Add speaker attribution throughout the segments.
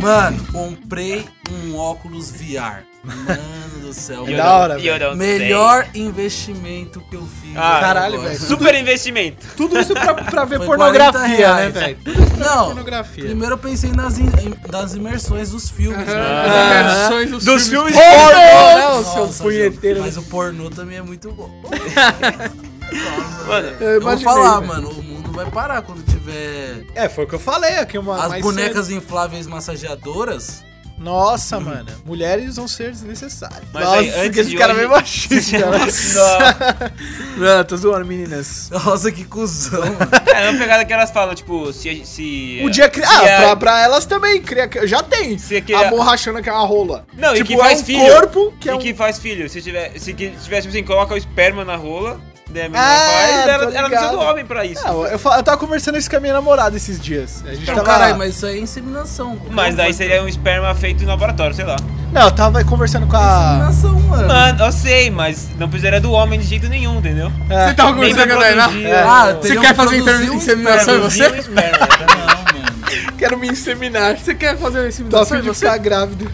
Speaker 1: Mano, comprei um óculos VR. Mano do céu.
Speaker 2: Eu
Speaker 3: Da
Speaker 2: não-
Speaker 3: hora,
Speaker 2: eu não sei.
Speaker 1: Melhor investimento que eu fiz.
Speaker 2: Ah,
Speaker 1: até
Speaker 3: caralho,
Speaker 1: agora.
Speaker 3: velho.
Speaker 2: Super investimento.
Speaker 3: Tudo isso pra, pra ver
Speaker 1: Foi
Speaker 3: pornografia,
Speaker 1: 40 reais.
Speaker 3: né, velho?
Speaker 1: Não,
Speaker 3: Pornografia.
Speaker 1: primeiro eu pensei nas, in- nas imersões dos filmes, né?
Speaker 3: Ah.
Speaker 4: Versões dos,
Speaker 2: Dos filmes
Speaker 3: Porno, né, o
Speaker 1: Nossa,
Speaker 3: seu
Speaker 1: gente,
Speaker 3: punheteiro.
Speaker 1: Mas o pornô também é muito bom.
Speaker 2: Mano,
Speaker 3: Eu
Speaker 1: Eu vou
Speaker 3: imaginei,
Speaker 1: falar,
Speaker 3: velho.
Speaker 1: mano, o mundo vai parar quando tiver
Speaker 3: É, foi o que eu falei aqui uma
Speaker 1: as
Speaker 3: mais
Speaker 1: bonecas infláveis massageadoras.
Speaker 3: cedo. Nossa, mano. Mulheres vão ser desnecessárias.
Speaker 2: Mas,
Speaker 3: Nossa,
Speaker 2: aí, antes
Speaker 3: esse
Speaker 2: de
Speaker 3: cara é
Speaker 2: hoje-
Speaker 3: meio machista.
Speaker 2: Nossa.
Speaker 3: né? Não, tô zoando, meninas.
Speaker 1: Nossa, que cuzão. mano.
Speaker 2: é uma pegada que elas falam, tipo, se. se
Speaker 3: Um dia cria. Ah,
Speaker 2: se a-
Speaker 3: pra, pra elas também cria. Já tem.
Speaker 2: Se que-
Speaker 3: a borrachona que é uma rola.
Speaker 2: Não, e
Speaker 3: tipo,
Speaker 2: que faz
Speaker 3: é um
Speaker 2: filho.
Speaker 3: corpo que é
Speaker 2: e
Speaker 3: um.
Speaker 2: que faz filho? Se tiver, se que- se tiver tipo assim, coloca o esperma na rola, né, a menina
Speaker 3: Ah,
Speaker 2: faz,
Speaker 3: tô
Speaker 2: ela, ela não precisa
Speaker 3: ligado.
Speaker 2: do homem pra isso.
Speaker 3: Ah, eu, fa- eu tava conversando isso com a minha namorada esses dias. A gente
Speaker 1: Então,
Speaker 3: tava.
Speaker 1: caralho, mas isso aí é inseminação. qualquer
Speaker 2: Mas daí
Speaker 1: coisa.
Speaker 2: seria um esperma feito no laboratório, sei lá.
Speaker 3: Não, eu tava conversando
Speaker 2: um-
Speaker 3: com a.
Speaker 1: Inseminação, mano.
Speaker 3: Ah.
Speaker 2: Mano, eu sei, mas não precisaria do homem de jeito nenhum, entendeu?
Speaker 4: Você tá-
Speaker 3: É,
Speaker 4: tava
Speaker 2: Nem
Speaker 4: conversando
Speaker 2: pra
Speaker 4: com a Tainá?
Speaker 2: produzir, né?
Speaker 1: Ah,
Speaker 2: não.
Speaker 4: Você
Speaker 1: teriam
Speaker 4: quer
Speaker 1: que
Speaker 4: fazer
Speaker 1: produzir
Speaker 4: inter-
Speaker 1: um
Speaker 4: inseminação em
Speaker 1: esperma.
Speaker 4: você?
Speaker 2: Esperma, né?
Speaker 1: Não, mano.
Speaker 3: quero me inseminar.
Speaker 4: Você quer fazer esse
Speaker 3: Tô a fim de ficar grávido.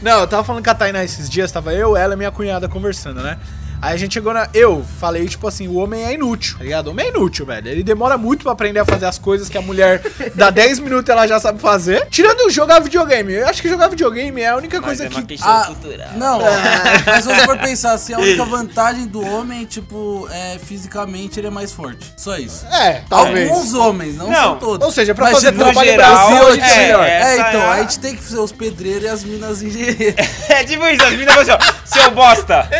Speaker 3: Não, eu tava falando com a Tainá esses dias, tava eu, ela e minha cunhada conversando, né? Aí a gente chegou na. Eu falei, tipo assim, o homem é inútil, tá ligado? O homem é inútil, velho. Ele demora muito pra aprender a fazer as coisas que a mulher dá 10 minutos ela já sabe fazer. Tirando jogar videogame. Eu acho que jogar videogame é a única
Speaker 2: Mas
Speaker 3: coisa
Speaker 2: é
Speaker 3: que.
Speaker 2: uma questão
Speaker 1: Ah,
Speaker 2: cultural.
Speaker 1: Não, é, mas se você for pensar assim, a única vantagem do homem, tipo, é fisicamente ele é mais forte. Só isso.
Speaker 3: É, talvez.
Speaker 1: Alguns homens, não,
Speaker 2: Não,
Speaker 1: são todos.
Speaker 3: ou seja, pra fazer
Speaker 1: tipo,
Speaker 3: trabalho
Speaker 1: no
Speaker 2: geral,
Speaker 1: Brasil, a gente
Speaker 2: é,
Speaker 1: é, melhor. É,
Speaker 2: essa
Speaker 1: então,
Speaker 2: é a-
Speaker 1: a gente tem que ser os pedreiros e as minas engenheiras.
Speaker 2: É tipo isso, as meninas falam assim, ó, seu bosta,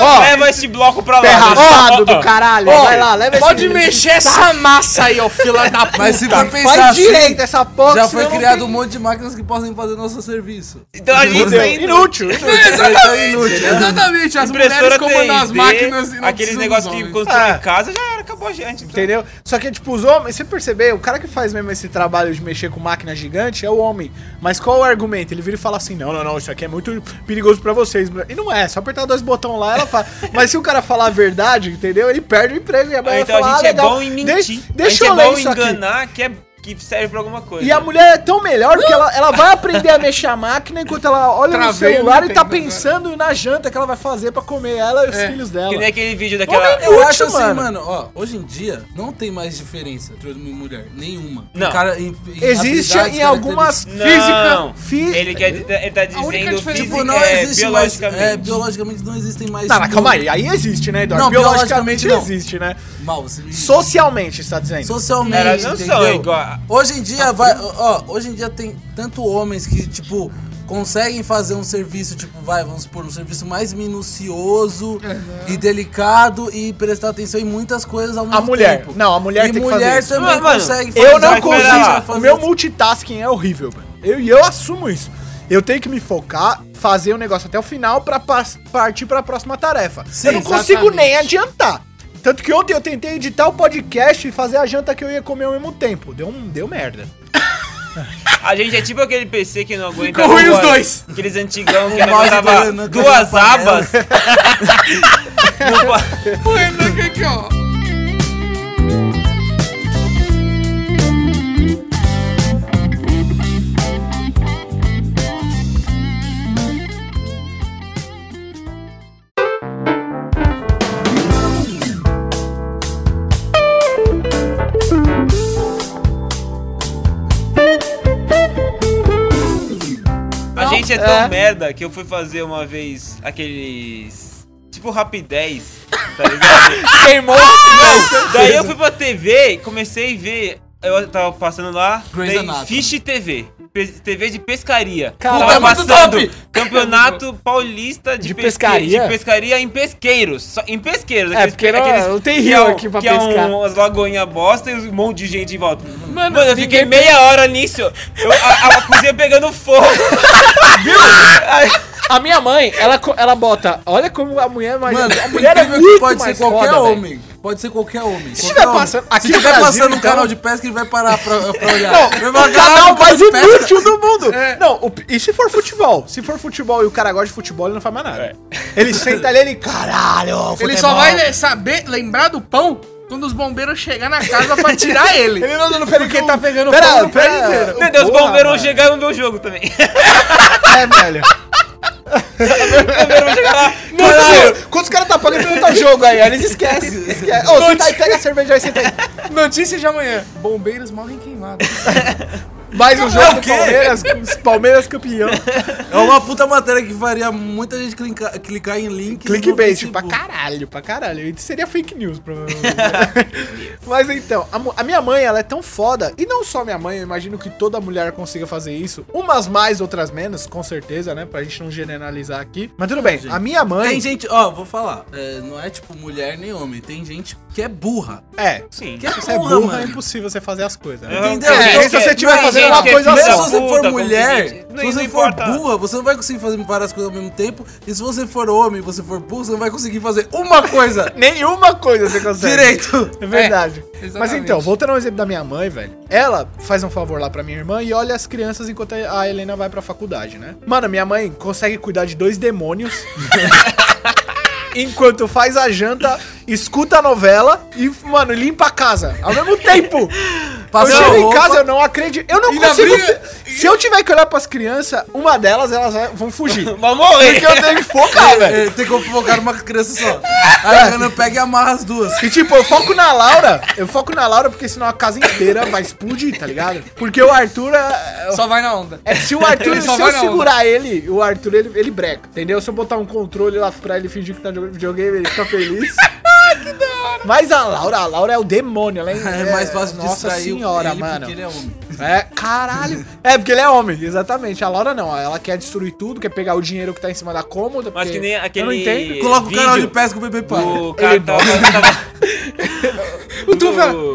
Speaker 3: Ó,
Speaker 2: leva este bloco pra lá.
Speaker 3: terra
Speaker 2: Ó,
Speaker 3: arrastado
Speaker 2: ó,
Speaker 3: do
Speaker 2: ó.
Speaker 3: caralho.
Speaker 4: Ó,
Speaker 3: vai lá, leva
Speaker 4: Pode
Speaker 3: esse-
Speaker 4: mexer essa massa aí, ó, fila da puta.
Speaker 1: Mas se for pensar
Speaker 3: Faz
Speaker 1: assim,
Speaker 3: direito essa porra.
Speaker 1: já foi
Speaker 3: senão não
Speaker 1: criado
Speaker 3: tem-
Speaker 1: um monte de máquinas que podem fazer nosso serviço.
Speaker 2: Então a gente
Speaker 3: Fudeu.
Speaker 2: tem
Speaker 3: Inútil, inútil.
Speaker 1: Então é inútil, né?
Speaker 4: Exatamente, as mulheres
Speaker 2: impressora
Speaker 4: comandam as
Speaker 2: 3D,
Speaker 4: máquinas e não
Speaker 2: aqueles
Speaker 4: precisam
Speaker 2: negócios
Speaker 4: dos
Speaker 2: que
Speaker 4: homens.
Speaker 2: constroem
Speaker 3: Ah.
Speaker 2: em casa já era, acabou a gente. Então,
Speaker 3: Entendeu? Só que, tipo, os homens, você percebeu, o cara que faz mesmo esse trabalho de mexer com máquina gigante é o homem. Mas qual o argumento? Ele vira e fala assim: não, não, não, isso aqui é muito perigoso pra vocês. mulher." E não é, só apertar dois botões lá, ela fala. Mas se o cara falar a verdade, entendeu? Ele perde o emprego e a mulher
Speaker 2: então
Speaker 3: fala,
Speaker 2: a gente
Speaker 3: "Ah,
Speaker 2: é
Speaker 3: legal,
Speaker 2: bom em mentir.
Speaker 3: deixa-
Speaker 2: a gente
Speaker 3: Deixa
Speaker 2: é
Speaker 3: eu ler
Speaker 2: bom em
Speaker 3: isso aqui.
Speaker 2: enganar que, é, que serve pra alguma coisa.
Speaker 3: E a mulher é tão melhor que ela, ela vai aprender a mexer a máquina enquanto ela olha
Speaker 4: Travei,
Speaker 3: no celular
Speaker 4: não
Speaker 3: e tá
Speaker 4: entendo
Speaker 3: pensando na janta que ela vai fazer pra comer ela e os
Speaker 4: É,
Speaker 3: filhos dela.
Speaker 2: Que nem aquele vídeo daquela...
Speaker 3: Homem
Speaker 1: Eu
Speaker 3: Inútil,
Speaker 1: acho assim,
Speaker 3: É mano.
Speaker 1: mano. ó, hoje em dia não tem mais diferença entre homem e mulher, nenhuma.
Speaker 2: Não.
Speaker 1: O cara em- em
Speaker 3: Existe
Speaker 1: habilidades,
Speaker 3: em algumas
Speaker 2: Não.
Speaker 3: física. fi-
Speaker 2: Ele, quer, ele tá
Speaker 4: A única
Speaker 2: dizendo
Speaker 4: diferença-
Speaker 2: física,
Speaker 1: Tipo, não
Speaker 2: é,
Speaker 1: existe mais.
Speaker 2: biologicamente.
Speaker 1: É, biologicamente não existem mais.
Speaker 3: Não, mas
Speaker 1: tipo,
Speaker 3: calma aí, aí existe, né, Eduardo?
Speaker 1: Não, biologicamente
Speaker 3: biologicamente
Speaker 1: não.
Speaker 3: existe, né?
Speaker 1: Mal, você me-
Speaker 3: Socialmente, você tá dizendo?
Speaker 1: Socialmente.
Speaker 2: Elas não
Speaker 1: entendeu?
Speaker 2: são igual-
Speaker 1: Hoje em
Speaker 3: Tá.
Speaker 1: dia vai. Ó, hoje em dia tem tanto homens que, tipo. Conseguem fazer um serviço, tipo, vai, vamos supor, um serviço mais minucioso e delicado e prestar atenção em muitas coisas ao mesmo
Speaker 3: mulher.
Speaker 1: tempo.
Speaker 3: Não, a mulher
Speaker 1: e
Speaker 3: tem que
Speaker 1: mulher
Speaker 3: fazer isso.
Speaker 1: também
Speaker 2: Mas, mano,
Speaker 1: consegue fazer
Speaker 3: Eu não
Speaker 2: Vai,
Speaker 3: consigo.
Speaker 2: vai lá.
Speaker 3: O meu multitasking é horrível, mano. Eu, e eu assumo isso. Eu tenho que me focar, fazer o negócio até o final pra pas- partir pra próxima tarefa.
Speaker 1: Sim,
Speaker 3: eu não consigo
Speaker 4: exatamente.
Speaker 3: nem adiantar. Tanto que ontem eu tentei editar o podcast e fazer a janta que eu ia comer ao mesmo tempo. Deu, um, deu merda.
Speaker 2: A gente é tipo aquele PC que não aguenta.
Speaker 4: Ficou ruim
Speaker 2: duas-
Speaker 4: os dois. né?
Speaker 2: Aqueles antigão que
Speaker 1: O
Speaker 2: não
Speaker 1: mouse do-
Speaker 2: aguentava
Speaker 1: do-
Speaker 2: duas
Speaker 4: um
Speaker 1: do-
Speaker 2: abas. Não po-
Speaker 4: Pô, Renan, que aqui, ó.
Speaker 2: a gente é tão
Speaker 3: É.
Speaker 2: merda que eu fui fazer uma vez aqueles. Tipo rapidez, tá ligado? Ah!
Speaker 3: Queimou.
Speaker 2: Daí eu fui pra TV e comecei a ver. Eu tava passando lá,
Speaker 1: Grey's
Speaker 2: tem
Speaker 1: Anatomy.
Speaker 2: Fish TV. pe- TV de pescaria.
Speaker 3: Caralho,
Speaker 2: tava
Speaker 4: muito
Speaker 2: passando
Speaker 4: top!
Speaker 2: campeonato paulista de,
Speaker 3: De
Speaker 2: pesque-
Speaker 3: pescaria?
Speaker 2: De pescaria em pesqueiros. só- em pesqueiros.
Speaker 3: É, porque não- não tem
Speaker 2: que
Speaker 3: rio
Speaker 2: é um-
Speaker 3: aqui pra
Speaker 2: que é um-
Speaker 3: pescar.
Speaker 2: umas lagoinhas bosta e um monte de gente em volta. Mano,
Speaker 4: Mano,
Speaker 2: eu fiquei meia hora nisso. Eu, a, a cozinha pegando fogo.
Speaker 3: A minha mãe, ela, co- ela bota. Olha como a mulher é mais.
Speaker 1: Mano,
Speaker 3: a mulher é
Speaker 1: incrível que
Speaker 3: muito
Speaker 1: pode ser
Speaker 3: mais
Speaker 1: qualquer
Speaker 3: foda, velho.
Speaker 1: homem. Pode ser qualquer homem.
Speaker 3: Se
Speaker 1: qualquer
Speaker 3: tiver
Speaker 1: homem.
Speaker 3: passando- aqui
Speaker 1: Se
Speaker 3: no
Speaker 1: tiver
Speaker 3: Brasil,
Speaker 1: passando um
Speaker 3: então-
Speaker 1: canal de pesca, ele vai parar pra, pra olhar.
Speaker 3: Não,
Speaker 1: Ele
Speaker 3: o
Speaker 1: vai falar,
Speaker 3: canal
Speaker 1: "Caralho,
Speaker 3: mais
Speaker 1: de pesca".
Speaker 3: inútil do mundo. Não, o- e se for futebol? Se for futebol e o cara gosta de futebol, ele não faz mais nada.
Speaker 2: É.
Speaker 3: Ele senta ali, ele, caralho,
Speaker 4: Ele
Speaker 3: futebol."
Speaker 4: só vai le- saber lembrar do pão quando os bombeiros chegar na casa pra tirar ele.
Speaker 3: Ele não anda no perigo.
Speaker 4: Porque tá pegando fogo
Speaker 3: pera,
Speaker 4: no prédio
Speaker 3: pera,
Speaker 4: inteiro.
Speaker 2: Meu Deus, os
Speaker 3: Porra,
Speaker 2: bombeiros vão
Speaker 3: mano.
Speaker 2: chegar e vão ver o jogo também.
Speaker 3: É, velho.
Speaker 2: Os bombeiros vão chegar lá.
Speaker 3: Caralho, quando os caras tá pagando ele tá jogo aí, aí eles esquecem. esquecem. Ô, senta aí, pega a cerveja aí, senta aí.
Speaker 4: Notícia de amanhã. Bombeiros morrem queimados.
Speaker 3: Mais um jogo
Speaker 1: o
Speaker 3: do
Speaker 1: quê?
Speaker 3: Palmeiras, Palmeiras campeão.
Speaker 1: É uma puta matéria que faria muita gente clicar, clicar em link.
Speaker 3: Clickbait,
Speaker 1: tipo.
Speaker 3: pra caralho, pra caralho. Isso seria fake news, provavelmente. Mas então, a, mu- a minha mãe, ela é tão foda. E não só minha mãe, eu imagino que toda mulher consiga fazer isso. Umas mais, outras menos, com certeza, né? Pra gente não generalizar aqui. Mas tudo bem, a minha
Speaker 1: Tem
Speaker 3: mãe.
Speaker 1: gente, ó, vou falar. é, não é tipo mulher nem homem. Tem gente que é burra.
Speaker 3: É.
Speaker 2: Sim.
Speaker 1: Que é
Speaker 3: Se é
Speaker 1: burra,
Speaker 3: burra, é
Speaker 1: mano.
Speaker 3: impossível você fazer as coisas, né?
Speaker 2: É.
Speaker 1: Entendeu?
Speaker 2: É,
Speaker 1: Então,
Speaker 2: se você
Speaker 1: é,
Speaker 3: tiver
Speaker 1: não,
Speaker 3: fazendo
Speaker 1: gente,
Speaker 3: uma
Speaker 1: é
Speaker 3: coisa
Speaker 1: filha
Speaker 3: só.
Speaker 1: Se você
Speaker 2: Puta,
Speaker 1: for
Speaker 2: como
Speaker 1: mulher,
Speaker 2: diz, não-
Speaker 1: se você
Speaker 2: não
Speaker 1: for
Speaker 2: importa.
Speaker 1: burra, você não vai conseguir fazer várias coisas ao mesmo tempo. E se você for homem e você for burro, você não vai conseguir fazer uma coisa
Speaker 3: Nenhuma coisa você consegue.
Speaker 1: direito.
Speaker 3: É verdade. Mas
Speaker 4: exatamente.
Speaker 3: então, voltando ao exemplo da minha mãe, velho. Ela faz um favor lá pra minha irmã e olha as crianças enquanto a Helena vai pra faculdade, né? Mano, minha mãe consegue cuidar de dois demônios. Enquanto faz a janta, escuta a novela e, mano, limpa a casa ao mesmo tempo. Eu
Speaker 1: Passou
Speaker 3: chego em
Speaker 1: roupa.
Speaker 3: casa, eu não acredito. Eu não
Speaker 4: E na
Speaker 3: consigo.
Speaker 4: briga-
Speaker 3: Se eu tiver que olhar pras crianças, uma delas, elas vai- vão fugir.
Speaker 2: Vão morrer.
Speaker 3: Porque eu tenho que focar, velho.
Speaker 1: É, tem que convocar uma criança só. Aí a Ana pega e amarra as duas.
Speaker 3: E tipo, eu foco na Laura, eu foco na Laura porque senão a casa inteira vai explodir, tá ligado? Porque o Arthur. é-
Speaker 4: Só vai na onda.
Speaker 3: É, se o Arthur,
Speaker 4: Ele
Speaker 3: se
Speaker 4: só
Speaker 3: eu
Speaker 4: vai na onda.
Speaker 3: segurar ele, o Arthur ele, ele breca, entendeu? Se eu botar um controle lá pra ele fingir que tá jogando videogame, ele fica feliz. Mas a Laura, a Laura é o demônio, ela é,
Speaker 1: É mais fácil
Speaker 3: Nossa
Speaker 1: distrair
Speaker 3: senhora,
Speaker 1: ele
Speaker 3: mano.
Speaker 1: porque ele é homem.
Speaker 3: É, caralho. É, porque ele é homem, exatamente. A Laura não, ela quer destruir tudo, quer pegar o dinheiro que tá em cima da cômoda.
Speaker 2: Mas
Speaker 3: porque
Speaker 2: que nem
Speaker 3: Eu não
Speaker 2: aquele.
Speaker 3: entendo.
Speaker 1: Coloca o canal de
Speaker 2: É, vídeo
Speaker 1: pesca com o bebê pai.
Speaker 2: do cara tá-
Speaker 3: Ele-
Speaker 2: tava- tava-
Speaker 3: O Tu fala,
Speaker 2: do-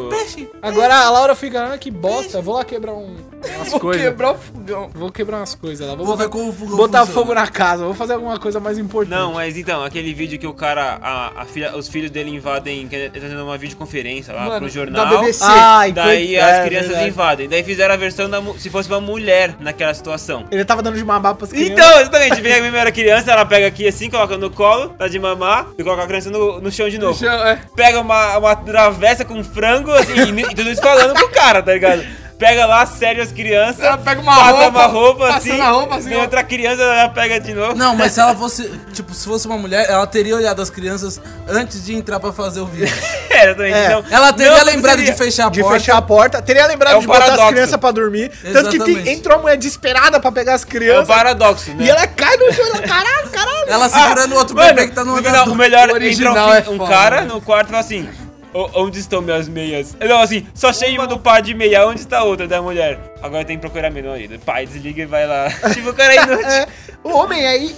Speaker 3: Agora a Laura fica, ah, que bosta, eu vou lá quebrar um, umas
Speaker 4: Vou
Speaker 3: coisas.
Speaker 4: quebrar o fogão.
Speaker 3: Vou quebrar umas coisas lá, vou, um
Speaker 1: Vou
Speaker 3: botar,
Speaker 1: ver como o fogão
Speaker 3: botar
Speaker 1: funciona.
Speaker 3: fogo na casa, vou fazer alguma coisa mais importante.
Speaker 2: Não, mas então, aquele vídeo que o cara, a, a filha, os filhos dele invadem, que ele tá fazendo uma videoconferência lá
Speaker 4: Mano,
Speaker 2: pro
Speaker 4: da
Speaker 2: jornal.
Speaker 4: BBC.
Speaker 3: Ai,
Speaker 2: Daí
Speaker 3: coi- é,
Speaker 2: as crianças
Speaker 3: verdade.
Speaker 2: invadem. Daí fizeram a versão da, mu- se fosse uma mulher naquela situação.
Speaker 3: Ele tava dando de mamar pras crianças.
Speaker 2: Então, exatamente, vem a primeira criança, ela pega aqui assim, coloca no colo, tá de mamar, e coloca a criança no, no chão de novo.
Speaker 4: Deixa eu- é.
Speaker 2: Pega uma, uma travessa com frango, assim, e, e tudo isso falando pro cara, tá ligado? Pega lá, sério as crianças,
Speaker 4: Ela pega uma
Speaker 2: passa
Speaker 4: roupa,
Speaker 2: uma roupa
Speaker 4: passa
Speaker 2: assim,
Speaker 4: na roupa, assim,
Speaker 2: vem
Speaker 4: ó.
Speaker 2: outra criança, ela pega de novo.
Speaker 1: Não, mas se ela fosse, tipo, se fosse uma mulher, ela teria olhado as crianças antes de entrar pra fazer o vídeo.
Speaker 2: É, exatamente.
Speaker 3: É.
Speaker 2: Então,
Speaker 1: Ela teria
Speaker 2: não
Speaker 1: lembrado
Speaker 2: seria.
Speaker 1: de fechar a
Speaker 3: De
Speaker 1: porta.
Speaker 3: fechar a porta. Teria lembrado
Speaker 2: É um
Speaker 3: de botar as
Speaker 2: paradoxo.
Speaker 3: crianças pra dormir. Tanto que tem-
Speaker 1: Exatamente.
Speaker 3: entrou uma mulher desesperada pra pegar as
Speaker 2: É um
Speaker 3: crianças.
Speaker 2: paradoxo, né?
Speaker 3: e ela cai no chão. ela, Caralho, caralho.
Speaker 1: Ela segurando o outro
Speaker 2: Mano,
Speaker 1: bebê que tá no
Speaker 2: no final,
Speaker 1: andador.
Speaker 2: o melhor
Speaker 4: O original
Speaker 2: entra um,
Speaker 4: é
Speaker 2: fi- um
Speaker 4: foda,
Speaker 2: cara
Speaker 4: né?
Speaker 2: no quarto e fala assim: "O- Onde estão minhas meias? Não, assim, só achei uma do par de meia, onde está a outra da mulher? Agora tem que procurar meu marido. Pai, desliga e vai lá. tipo, o cara é inútil.
Speaker 3: É, o homem é i-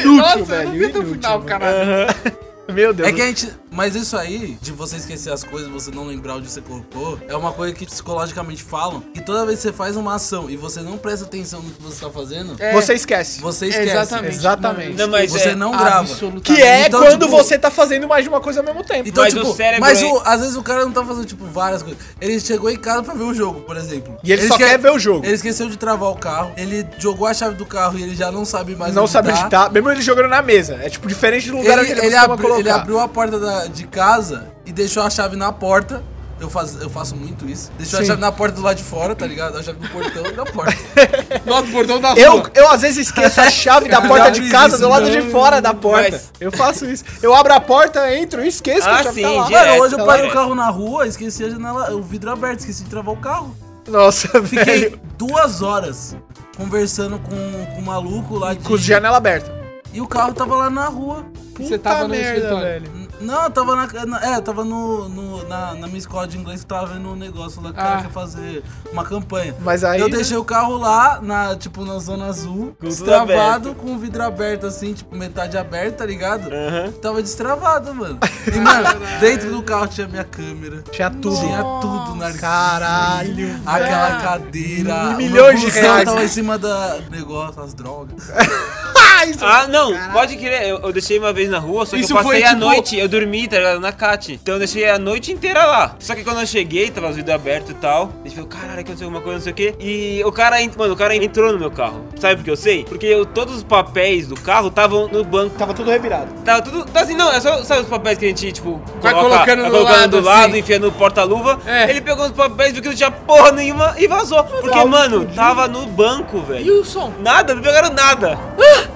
Speaker 3: inútil,
Speaker 4: Nossa, eu
Speaker 3: velho.
Speaker 4: não vi até o
Speaker 3: inútil,
Speaker 4: final,
Speaker 3: mano.
Speaker 4: caralho.
Speaker 3: Meu Deus.
Speaker 1: É que a gente. Mas isso aí, de você esquecer as coisas, você não lembrar onde você colocou, é uma coisa que psicologicamente falam. Que toda vez que você faz uma ação e você não presta atenção no que você tá fazendo,
Speaker 4: É,
Speaker 3: Você esquece.
Speaker 1: você esquece.
Speaker 4: exatamente.
Speaker 3: Exatamente.
Speaker 2: Não, mas
Speaker 1: Você
Speaker 2: é,
Speaker 1: não grava.
Speaker 4: Absolutamente.
Speaker 3: Que é
Speaker 1: Então,
Speaker 3: quando
Speaker 1: tipo-
Speaker 3: você tá fazendo mais de uma coisa ao mesmo tempo.
Speaker 1: Então,
Speaker 2: Mas
Speaker 1: tipo,
Speaker 2: o cérebro
Speaker 1: mas
Speaker 2: é-
Speaker 1: o- às vezes o cara não tá fazendo, tipo, várias coisas. Ele chegou em casa pra ver o jogo, por exemplo.
Speaker 3: E ele só
Speaker 1: esque-
Speaker 3: quer ver o jogo.
Speaker 1: Ele esqueceu de travar o carro, ele jogou a chave do carro e ele já não sabe mais
Speaker 3: não
Speaker 1: onde
Speaker 3: sabe
Speaker 1: tá.
Speaker 3: onde tá, mesmo ele jogando na mesa. É tipo diferente do lugar
Speaker 1: Ele,
Speaker 3: onde ele,
Speaker 1: ele,
Speaker 3: costuma
Speaker 1: abri-
Speaker 3: colocar.
Speaker 1: ele abriu a porta da- de casa e deixou a chave na porta. Eu, faz, eu faço muito isso. Deixou
Speaker 3: Sim.
Speaker 1: a chave na porta do lado de fora, tá ligado? A chave no portão e na porta.
Speaker 4: Nossa, o portão da
Speaker 3: Eu,
Speaker 4: rua.
Speaker 3: eu às vezes esqueço a chave da porta de
Speaker 1: fiz
Speaker 3: casa
Speaker 1: isso,
Speaker 3: do lado
Speaker 1: não.
Speaker 3: de fora da porta.
Speaker 2: Mas-
Speaker 3: Eu faço isso. Eu abro a porta, entro e esqueço que
Speaker 2: Ah,
Speaker 3: a chave tá
Speaker 2: sim,
Speaker 3: lá.
Speaker 2: direto.
Speaker 1: Mano, hoje eu
Speaker 2: tá
Speaker 1: parei
Speaker 2: lá.
Speaker 1: o carro na rua, esqueci a janela, o vidro aberto, esqueci de travar o carro.
Speaker 3: Nossa,
Speaker 1: Fiquei
Speaker 3: velho.
Speaker 1: duas horas conversando com, com um maluco lá
Speaker 3: Com
Speaker 1: de...
Speaker 3: janela aberta.
Speaker 1: E o carro tava lá na rua.
Speaker 4: Você tava no escritório.
Speaker 1: N- Não, eu tava na. na- é, eu tava no, no- na, na minha escola de inglês que tava vendo um negócio lá que o
Speaker 4: Ah.
Speaker 1: cara quer fazer uma campanha.
Speaker 3: Mas aí. né?
Speaker 1: eu deixei o carro lá, na, tipo, na zona azul,
Speaker 2: Com tudo
Speaker 1: destravado, com o vidro aberto, assim, tipo, metade aberto, tá ligado?
Speaker 2: Aham.
Speaker 1: Tava destravado, mano. E, mano, dentro do carro tinha minha câmera.
Speaker 3: Tinha tudo.
Speaker 1: Tinha tudo na
Speaker 3: Caralho,
Speaker 1: Aquela cadeira.
Speaker 3: Milhões
Speaker 1: o
Speaker 3: de
Speaker 1: busão
Speaker 3: reais.
Speaker 1: tava em cima da negócio, as drogas.
Speaker 3: Ah, reais.
Speaker 2: Ah, não, pode crer. Eu, eu deixei uma vez na rua, só que
Speaker 3: Isso
Speaker 2: eu passei
Speaker 3: foi,
Speaker 2: a
Speaker 3: tipo-
Speaker 2: noite. Eu dormi, tá ligado? Na Cat. Então eu deixei a noite inteira lá. Só que quando eu cheguei, tava os vidros abertos e tal. A gente falou, caralho, aconteceu alguma coisa, não sei o quê. E o cara, en- mano, o cara entrou no meu carro. Sabe por que eu sei? Porque eu- todos os papéis do carro estavam no banco.
Speaker 3: Tava tudo revirado.
Speaker 2: Tava tudo. tá Assim, não, é só. Sabe os papéis que a gente, tipo,
Speaker 4: Vai
Speaker 2: coloca-
Speaker 4: colocando
Speaker 2: vai
Speaker 4: do
Speaker 2: colocando do
Speaker 4: lado,
Speaker 2: lado,
Speaker 4: assim.
Speaker 2: enfia no porta-luva.
Speaker 4: É.
Speaker 2: Ele pegou os papéis, viu que não tinha porra nenhuma e vazou. Porque,
Speaker 3: algo
Speaker 2: mano,
Speaker 3: explodiu.
Speaker 2: tava no banco, velho.
Speaker 4: E o som?
Speaker 2: Nada, não pegaram nada.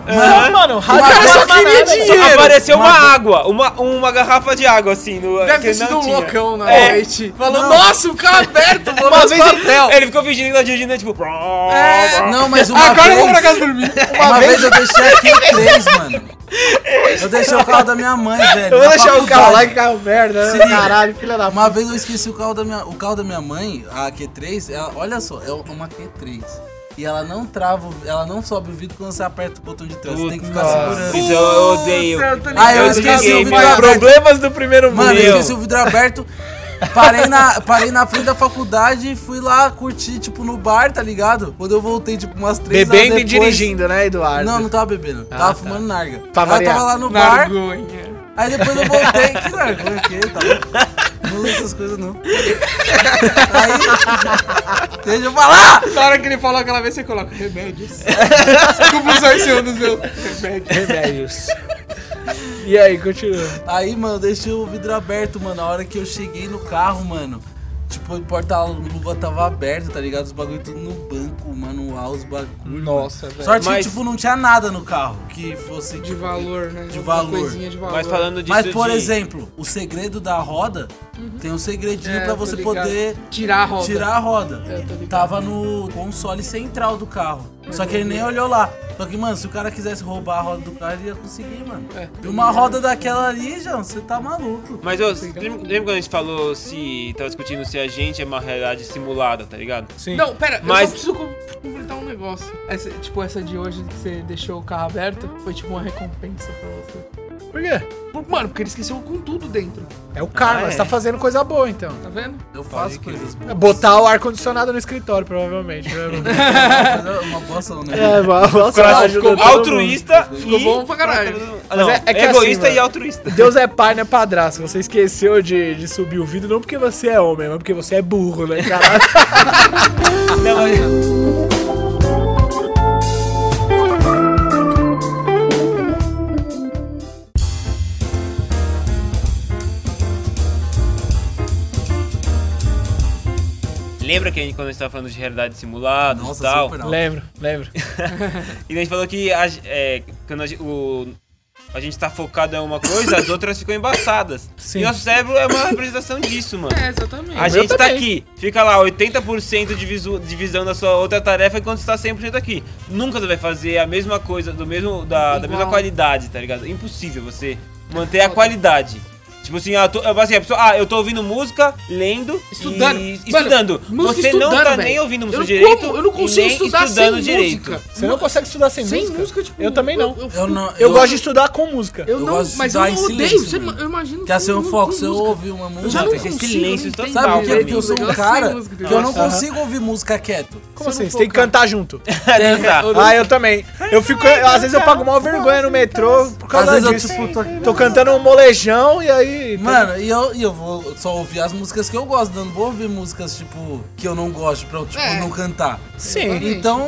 Speaker 3: Mano,
Speaker 2: Aham.
Speaker 3: mano, rádio é
Speaker 4: cara
Speaker 3: não
Speaker 4: só
Speaker 3: arruma
Speaker 4: queria
Speaker 3: nada,
Speaker 4: dinheiro.
Speaker 2: Só apareceu uma
Speaker 1: Mata.
Speaker 2: água, uma, uma garrafa de água, assim, no.
Speaker 4: Deve
Speaker 2: que
Speaker 4: ter sido
Speaker 2: não
Speaker 4: um
Speaker 2: tinha.
Speaker 4: loucão na
Speaker 2: É.
Speaker 4: noite. Falou,
Speaker 1: Não.
Speaker 4: nossa, o carro aberto, vou
Speaker 3: Uma
Speaker 4: nos
Speaker 3: vez ele-
Speaker 4: papel.
Speaker 2: Ele ficou fingindo que tá dirigindo, né, tipo.
Speaker 1: É, não, mas uma
Speaker 4: Agora eu
Speaker 1: vez...
Speaker 4: vou pra casa dormir.
Speaker 1: Uma, vez... eu deixei aqui em três, mano. Eu deixei o carro da minha mãe, velho.
Speaker 3: Eu vou
Speaker 1: na
Speaker 3: deixar o carro
Speaker 1: faculdade.
Speaker 3: lá, que carro merda.
Speaker 1: Se
Speaker 3: né?
Speaker 1: liga.
Speaker 3: Caralho, filha da
Speaker 1: Uma vez eu esqueci o carro da minha, o carro da minha mãe, a Q3, ela- olha só, é uma Q3. E ela não trava, o- ela não sobe o vidro quando você aperta o botão de trás, você tem que ficar
Speaker 2: Nossa.
Speaker 1: segurando.
Speaker 2: Isso eu odeio.
Speaker 4: Puta, eu tô
Speaker 1: Ah, eu
Speaker 4: ligado.
Speaker 1: esqueci
Speaker 2: desliguei,
Speaker 1: o vidro
Speaker 2: mano.
Speaker 1: aberto.
Speaker 3: Problemas do primeiro mundo.
Speaker 1: Mano, eu
Speaker 2: Meu.
Speaker 1: esqueci o vidro aberto. Parei na, parei na frente da faculdade e fui lá curtir, tipo, no bar, tá ligado? Quando eu voltei, tipo, umas três horas
Speaker 3: Bebendo e
Speaker 1: depois...
Speaker 3: dirigindo, né, Eduardo?
Speaker 1: Não, não tava bebendo.
Speaker 3: Ah,
Speaker 1: tava
Speaker 3: tá.
Speaker 1: fumando narga.
Speaker 3: Pra
Speaker 1: Aí eu
Speaker 3: variar.
Speaker 1: tava lá no bar,
Speaker 4: Nargonha.
Speaker 1: aí depois eu voltei. Que nargonha que tá louco? Não usa essas coisas, não. Aí... Deixa eu falar!
Speaker 4: Na hora que ele falou aquela vez, você coloca remédios. Confusão em cima um dos meus remédios.
Speaker 3: Remédios. e aí, continua.
Speaker 1: Aí, mano, eu deixei o vidro aberto, mano. A hora que eu cheguei no carro, mano. Tipo, o porta-luva tava aberto, tá ligado? Os bagulho tudo no banco, o manual, os bagulho.
Speaker 3: Nossa,
Speaker 1: mano.
Speaker 3: velho.
Speaker 1: Sorte
Speaker 2: Mas-
Speaker 1: que, tipo, não tinha nada no carro que fosse.
Speaker 4: De
Speaker 1: tipo,
Speaker 4: valor, né?
Speaker 1: De
Speaker 4: Alguma
Speaker 1: valor.
Speaker 4: Coisinha de valor.
Speaker 2: Mas falando disso.
Speaker 1: Mas, por
Speaker 2: de-
Speaker 1: exemplo, o segredo da roda tem um segredinho
Speaker 4: É,
Speaker 1: pra
Speaker 4: tô
Speaker 1: você
Speaker 4: ligado.
Speaker 1: poder
Speaker 4: Tirar a roda.
Speaker 1: tirar a roda.
Speaker 4: É, tô ligado.
Speaker 1: Tava no console central do carro. Só que ele nem olhou lá. Só que, mano, se o cara quisesse roubar a roda do carro, ele ia conseguir, mano.
Speaker 4: É.
Speaker 1: E uma roda daquela ali, João, você tá maluco.
Speaker 2: Mas eu lembra, lembra quando a gente falou se. Tava discutindo se a gente é uma realidade simulada, tá ligado?
Speaker 3: Sim.
Speaker 4: Não, pera,
Speaker 2: Mas-
Speaker 4: eu só preciso com- completar um negócio. Essa- tipo, essa de hoje que você deixou o carro aberto foi tipo uma recompensa pra você.
Speaker 3: Por quê?
Speaker 4: Por- Mano, porque ele esqueceu com tudo dentro,
Speaker 3: É o karma,
Speaker 2: Ah, é.
Speaker 3: você tá fazendo coisa boa, então.
Speaker 4: tá vendo?
Speaker 1: Eu faço coisas boas.
Speaker 3: É botar o ar-condicionado no escritório, provavelmente. né, provavelmente.
Speaker 1: É uma boa ação, né?
Speaker 3: é, nossa,
Speaker 2: Ficou-
Speaker 3: ajuda
Speaker 2: ficou
Speaker 3: todo mundo.
Speaker 2: altruísta
Speaker 4: Ficou
Speaker 2: e.
Speaker 4: bom pra caralho.
Speaker 2: Ah, não,
Speaker 3: Mas é- é que
Speaker 2: egoísta
Speaker 3: assim,
Speaker 2: e
Speaker 3: mano.
Speaker 2: altruísta.
Speaker 3: Deus é pai, né, padrasto? Você esqueceu de, de subir o vidro, não porque você é homem, mas porque você é burro, né, caralho?
Speaker 2: Não, mas- Lembra que a gente, quando a gente tava falando de realidade simulada e
Speaker 1: Nossa,
Speaker 2: tal?
Speaker 1: super alto.
Speaker 3: lembro, lembro.
Speaker 2: E a gente falou que a, ge- é, quando a, ge- o, a gente tá focado em uma coisa, as outras ficam embaçadas.
Speaker 3: Sim.
Speaker 2: E nosso cérebro é uma representação disso, mano.
Speaker 4: É, exatamente.
Speaker 2: A
Speaker 3: meu
Speaker 2: gente tá
Speaker 3: também.
Speaker 2: aqui, fica lá 80% de, visu, de visão da sua outra tarefa enquanto você tá 100% aqui. Nunca você vai fazer a mesma coisa, do mesmo, da, da
Speaker 4: Igual.
Speaker 2: mesma qualidade, tá ligado? Impossível você manter a qualidade. Tipo assim, ah, tô, assim, a pessoa, ah, eu tô ouvindo música, lendo
Speaker 4: Estudando.
Speaker 2: e
Speaker 4: Mano,
Speaker 2: estudando.
Speaker 4: música
Speaker 2: você não
Speaker 4: estudando,
Speaker 2: tá
Speaker 4: velho.
Speaker 2: nem ouvindo música
Speaker 4: eu
Speaker 2: direito
Speaker 4: Como, eu não
Speaker 2: e
Speaker 4: consigo
Speaker 2: nem
Speaker 4: estudar
Speaker 2: estudando
Speaker 4: sem
Speaker 2: direito.
Speaker 4: música.
Speaker 3: Você não consegue estudar sem,
Speaker 4: sem
Speaker 3: música?
Speaker 4: música, tipo...
Speaker 3: Eu também não.
Speaker 4: Eu, eu,
Speaker 1: Eu não.
Speaker 3: Eu, gosto de estudar com música.
Speaker 4: eu
Speaker 1: eu
Speaker 4: não,
Speaker 1: gosto de
Speaker 4: mas eu
Speaker 1: estudar em
Speaker 4: não odeio.
Speaker 1: silêncio,
Speaker 4: Você,
Speaker 1: mano.
Speaker 4: eu imagino...
Speaker 1: Quer ser um
Speaker 4: com
Speaker 1: foco, se eu
Speaker 4: música.
Speaker 1: ouvir uma
Speaker 4: Eu já
Speaker 1: música.
Speaker 4: não
Speaker 2: Esse
Speaker 4: consigo,
Speaker 2: silêncio
Speaker 4: eu não entendo.
Speaker 1: Sabe por
Speaker 2: pra
Speaker 1: quê? Porque eu
Speaker 2: mim.
Speaker 1: sou um
Speaker 4: gosto de
Speaker 1: cara
Speaker 4: música,
Speaker 1: que eu não
Speaker 3: Aham.
Speaker 1: consigo ouvir música quieto.
Speaker 3: Como assim?
Speaker 4: Você não
Speaker 3: Você tem que
Speaker 4: focar.
Speaker 3: cantar junto.
Speaker 1: Tem-
Speaker 2: Tá.
Speaker 4: Eu-
Speaker 3: Ah, eu também. Eu fico. Às vezes eu pago mal vergonha no metrô por causa
Speaker 1: Às vezes
Speaker 3: disso.
Speaker 1: eu, tipo, tô-
Speaker 3: Tô cantando um molejão e aí.
Speaker 1: Mano, e eu, e eu vou só ouvir as músicas que eu gosto, eu não vou ouvir músicas, tipo, que eu não gosto, pra eu, tipo,
Speaker 4: É.
Speaker 1: não cantar.
Speaker 3: Sim.
Speaker 1: Então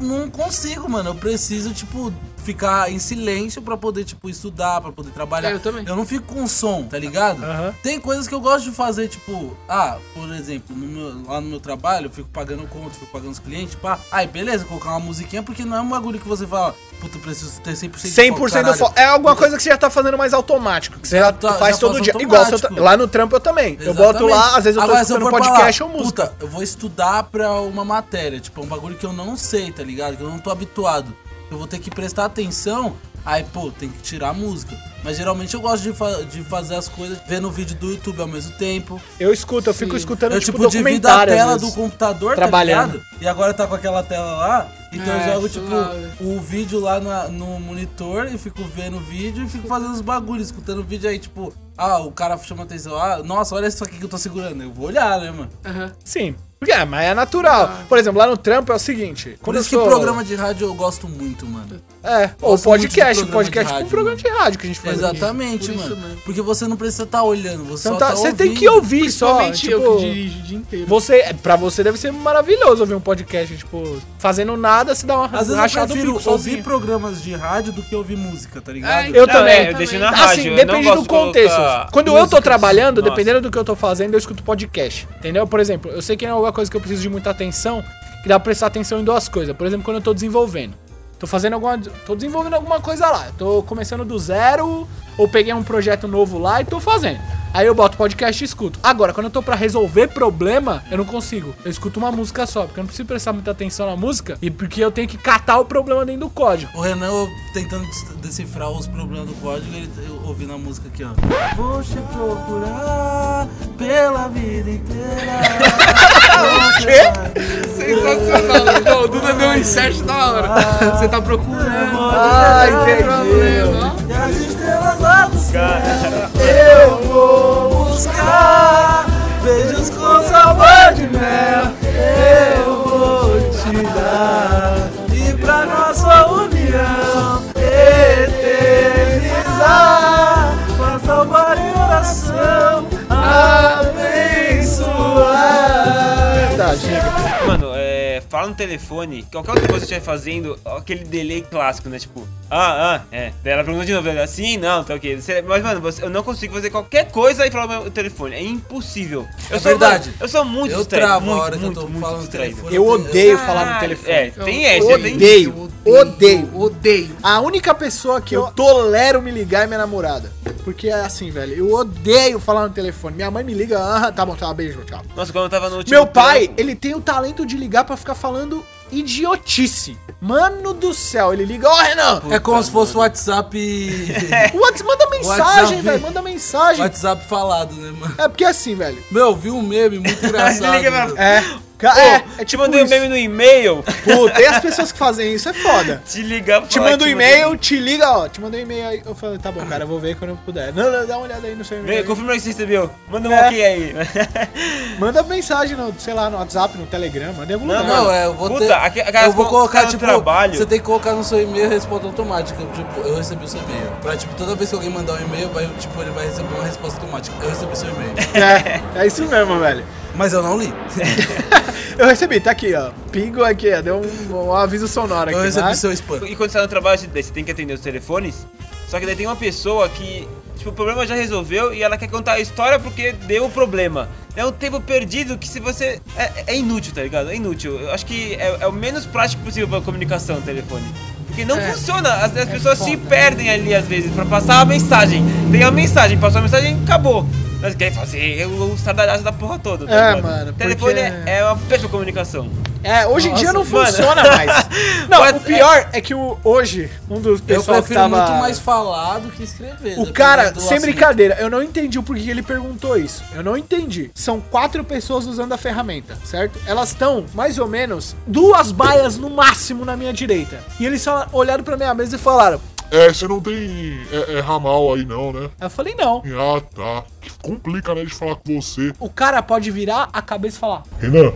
Speaker 1: eu não consigo, mano. Eu preciso, tipo, ficar em silêncio pra poder, tipo, estudar, pra poder trabalhar.
Speaker 4: É, eu também.
Speaker 1: Eu não fico com som, tá ligado?
Speaker 3: Aham.
Speaker 1: Tem coisas que eu gosto de fazer, tipo, ah, por exemplo, no meu- lá no meu trabalho, eu fico pagando conta, fico pagando os clientes, pá. Aí, beleza, colocar uma musiquinha, porque não é um bagulho que você fala, puta, eu preciso ter 100% de
Speaker 3: 100% do
Speaker 1: caralho.
Speaker 3: foco. É alguma coisa que você já tá fazendo mais automático. Que você já,
Speaker 1: tá-
Speaker 3: faz
Speaker 1: já
Speaker 3: todo
Speaker 1: faço
Speaker 3: dia. Igual se eu
Speaker 1: automático.
Speaker 3: tô- lá no trampo eu também. Eu boto lá, às vezes eu tô
Speaker 1: Agora, se for
Speaker 3: escutando
Speaker 1: pra
Speaker 3: podcast
Speaker 1: lá,
Speaker 3: ou música.
Speaker 1: Puta, eu vou estudar pra uma matéria, tipo, um bagulho que eu não sei, tá ligado? Que eu não tô habituado. Eu vou ter que prestar atenção, aí, pô, tem que tirar a música. Mas geralmente eu gosto de, fa- de fazer as coisas vendo vídeo do YouTube ao mesmo tempo.
Speaker 3: Eu escuto, eu fico escutando
Speaker 1: eu,
Speaker 3: tipo,
Speaker 1: tipo, divido a
Speaker 3: documentário. às
Speaker 1: tela do
Speaker 3: vezes.
Speaker 1: computador,
Speaker 3: Trabalhando.
Speaker 1: tá ligado? E agora tá com aquela tela lá, então
Speaker 4: É,
Speaker 1: eu jogo,
Speaker 4: isso
Speaker 1: tipo,
Speaker 4: lá, velho.
Speaker 1: o vídeo lá na- no monitor e fico vendo o vídeo e fico fazendo os bagulhos, escutando o vídeo aí, tipo, ah, o cara chama atenção, ah, nossa, olha isso aqui que eu tô segurando. Eu vou olhar, né, mano?
Speaker 4: Aham.
Speaker 3: Sim. Porque é, mas é natural. Por exemplo, lá no trampo é o seguinte.
Speaker 1: Por
Speaker 3: Quando
Speaker 1: isso que
Speaker 3: eu sou...
Speaker 1: programa de rádio eu gosto muito, mano.
Speaker 3: É, ou
Speaker 1: Gosto muito de programa
Speaker 3: podcast,
Speaker 1: de
Speaker 3: podcast com
Speaker 1: rádio, né?
Speaker 3: programa de rádio que a gente faz. aqui.
Speaker 1: Exatamente,
Speaker 4: Por isso
Speaker 1: mano.
Speaker 4: mesmo.
Speaker 1: Porque você não precisa estar olhando, você
Speaker 3: Então
Speaker 1: só
Speaker 3: tá-
Speaker 1: tá
Speaker 3: você tem
Speaker 1: ouvindo.
Speaker 3: que ouvir só,
Speaker 4: Principalmente
Speaker 3: tipo,
Speaker 4: eu que dirijo o dia inteiro.
Speaker 3: Você, pra você deve ser maravilhoso ouvir um podcast, tipo, fazendo nada, você dá uma
Speaker 1: Às vezes eu
Speaker 3: rachada no
Speaker 1: prefiro
Speaker 3: bico
Speaker 1: ouvir
Speaker 3: sozinho.
Speaker 1: programas de rádio do que ouvir música, tá
Speaker 4: É,
Speaker 1: ligado?
Speaker 3: Eu
Speaker 2: Não,
Speaker 3: também.
Speaker 2: é, eu deixo na
Speaker 4: Também.
Speaker 2: rádio.
Speaker 3: Assim,
Speaker 2: eu
Speaker 3: depende
Speaker 2: não
Speaker 3: do
Speaker 2: gosto de
Speaker 3: contexto.
Speaker 2: colocar
Speaker 3: Quando eu tô
Speaker 2: músicas.
Speaker 3: trabalhando,
Speaker 2: Nossa.
Speaker 3: dependendo do que eu tô fazendo, eu escuto podcast. Entendeu? Por exemplo, eu sei que é alguma coisa que eu preciso de muita atenção, que dá pra prestar atenção em duas coisas. Por exemplo, quando eu tô desenvolvendo. Tô fazendo alguma. Tô desenvolvendo alguma coisa lá. Tô começando do zero, ou peguei um projeto novo lá e tô fazendo. Aí eu boto podcast e escuto. Agora, quando eu tô pra resolver problema, eu não consigo. Eu escuto uma música só, porque eu não preciso prestar muita atenção na música e porque eu tenho que catar o problema dentro do código.
Speaker 1: O Renan eu tentando des- decifrar os problemas do código, ele eu ouvindo a música aqui, ó. Vou te procurar pela vida inteira.
Speaker 4: Tá Sensacional. Não, o Duda deu um insert da hora. Você tá procurando.
Speaker 3: Ah,
Speaker 4: problema.
Speaker 1: E as estrelas lá do céu
Speaker 2: Cara,
Speaker 1: eu vou buscar. Beijos com sabor de mel eu vou te dar. E pra nossa união eternizar, pra salvar em oração, abençoar.
Speaker 3: Tá, chega.
Speaker 2: Mano, é, fala no telefone, qualquer outra coisa que você estiver fazendo, aquele delay clássico, né? Tipo, ah, ah, é. Daí ela pergunta de novo, ela, sim, não, tá ok. Você- Mas, mano, você- eu não consigo fazer qualquer coisa e falar no telefone. É impossível. Eu
Speaker 1: É verdade.
Speaker 2: mano, eu sou muito
Speaker 1: Eu
Speaker 2: distraído.
Speaker 1: travo a
Speaker 2: muito,
Speaker 1: hora que eu
Speaker 2: muito,
Speaker 1: tô
Speaker 2: muito
Speaker 1: falando no
Speaker 2: distraído.
Speaker 1: telefone.
Speaker 3: Eu odeio falar no telefone.
Speaker 2: É, tem
Speaker 4: Eu
Speaker 2: essa, tem
Speaker 3: odeio,
Speaker 4: Eu
Speaker 3: odeio.
Speaker 4: Odeio.
Speaker 3: A única pessoa que eu tolero me ligar é minha namorada. Porque é assim, velho, eu odeio falar no telefone. Minha mãe me liga, ah, tá bom, tá, beijo, tchau.
Speaker 2: Nossa, quando Tipo, eu tava no último.
Speaker 3: Meu pai,
Speaker 2: trampo-
Speaker 3: ele tem o talento de ligar pra ficar falando idiotice. Mano do céu, ele liga, ó, Renan,
Speaker 1: É como se fosse o WhatsApp.
Speaker 2: É.
Speaker 3: what's, manda mensagem,
Speaker 1: WhatsApp.
Speaker 3: velho, manda mensagem.
Speaker 1: WhatsApp falado, né, mano?
Speaker 3: É porque é assim, velho.
Speaker 1: Meu, vi um meme muito engraçado.
Speaker 2: Liga pra-
Speaker 1: mano.
Speaker 3: É,
Speaker 2: Ô,
Speaker 3: é, é
Speaker 2: te
Speaker 3: tipo
Speaker 2: mandei um
Speaker 3: isso.
Speaker 2: meme no e-mail.
Speaker 3: Puta, e as pessoas que fazem isso é foda.
Speaker 2: Te Ah. ligar pra
Speaker 3: Te
Speaker 2: falar
Speaker 3: manda um
Speaker 2: que
Speaker 3: e-mail, te liga, ó. Te manda um e-mail aí. Eu falei, tá bom, cara, eu vou ver quando eu puder. Não, não, dá uma olhada aí no seu
Speaker 2: mandei- Vê,
Speaker 3: e-mail.
Speaker 2: Confirma que você recebeu. Manda um
Speaker 3: É.
Speaker 2: ok aí.
Speaker 3: Manda mensagem, no, sei lá, no WhatsApp, no Telegram, manda em algum
Speaker 2: Não,
Speaker 3: lugar.
Speaker 1: Não, é, eu vou
Speaker 2: Puta,
Speaker 1: ter...
Speaker 2: aqui- aquelas
Speaker 1: eu vou
Speaker 2: co-
Speaker 1: colocar,
Speaker 2: cara do
Speaker 1: tipo,
Speaker 2: trabalho.
Speaker 1: você tem que colocar no seu e-mail resposta automática. Tipo, eu recebi o seu e-mail. Pra, tipo, toda vez que alguém mandar um e-mail, vai, tipo, ele vai receber uma resposta automática. Eu recebi seu e-mail.
Speaker 3: É, é isso mesmo, velho.
Speaker 1: Mas eu não li.
Speaker 3: Eu recebi, tá aqui, ó. Pingo aqui, ó. Deu um, um aviso sonoro aqui.
Speaker 1: Eu recebi
Speaker 3: vai.
Speaker 1: seu spam.
Speaker 2: E quando você tá no trabalho, você daí você tem que atender os telefones. Só que daí tem uma pessoa que, tipo, o problema já resolveu e ela quer contar a história porque deu o problema. É um tempo perdido que se você. É, é inútil, tá ligado? É inútil. Eu acho que é, é o menos prático possível pra comunicação no telefone. Porque não
Speaker 4: É.
Speaker 2: funciona, as, as pessoas se perdem ali às vezes pra passar a mensagem. Tem a mensagem, passou a mensagem acabou. Mas quer fazer o estardalhaço da porra toda. tá
Speaker 3: É,
Speaker 2: ligado?
Speaker 3: mano,
Speaker 2: Telefone
Speaker 3: porque-
Speaker 2: é, é uma péssima comunicação.
Speaker 3: É, hoje em dia não
Speaker 2: Nossa, mano.
Speaker 3: funciona mais. Não,
Speaker 2: Mas
Speaker 3: o pior é, que o, hoje, um dos
Speaker 1: Eu
Speaker 3: pessoal que
Speaker 1: prefiro
Speaker 3: tava...
Speaker 1: muito mais falar do que escrever.
Speaker 3: O
Speaker 1: dependendo
Speaker 3: cara,
Speaker 1: do
Speaker 3: sem
Speaker 1: assunto.
Speaker 3: brincadeira, eu não entendi o porquê que ele perguntou isso. Eu não entendi. São quatro pessoas usando a ferramenta, certo? Elas estão, mais ou menos, duas baias no máximo na minha direita. E eles só olharam pra minha mesa e falaram.
Speaker 5: É, você não tem é, é, ramal aí não, né?
Speaker 3: Eu falei, não.
Speaker 5: Ah, tá. Que complica, né, de falar com você.
Speaker 3: O cara pode virar a cabeça e falar.
Speaker 5: Renan,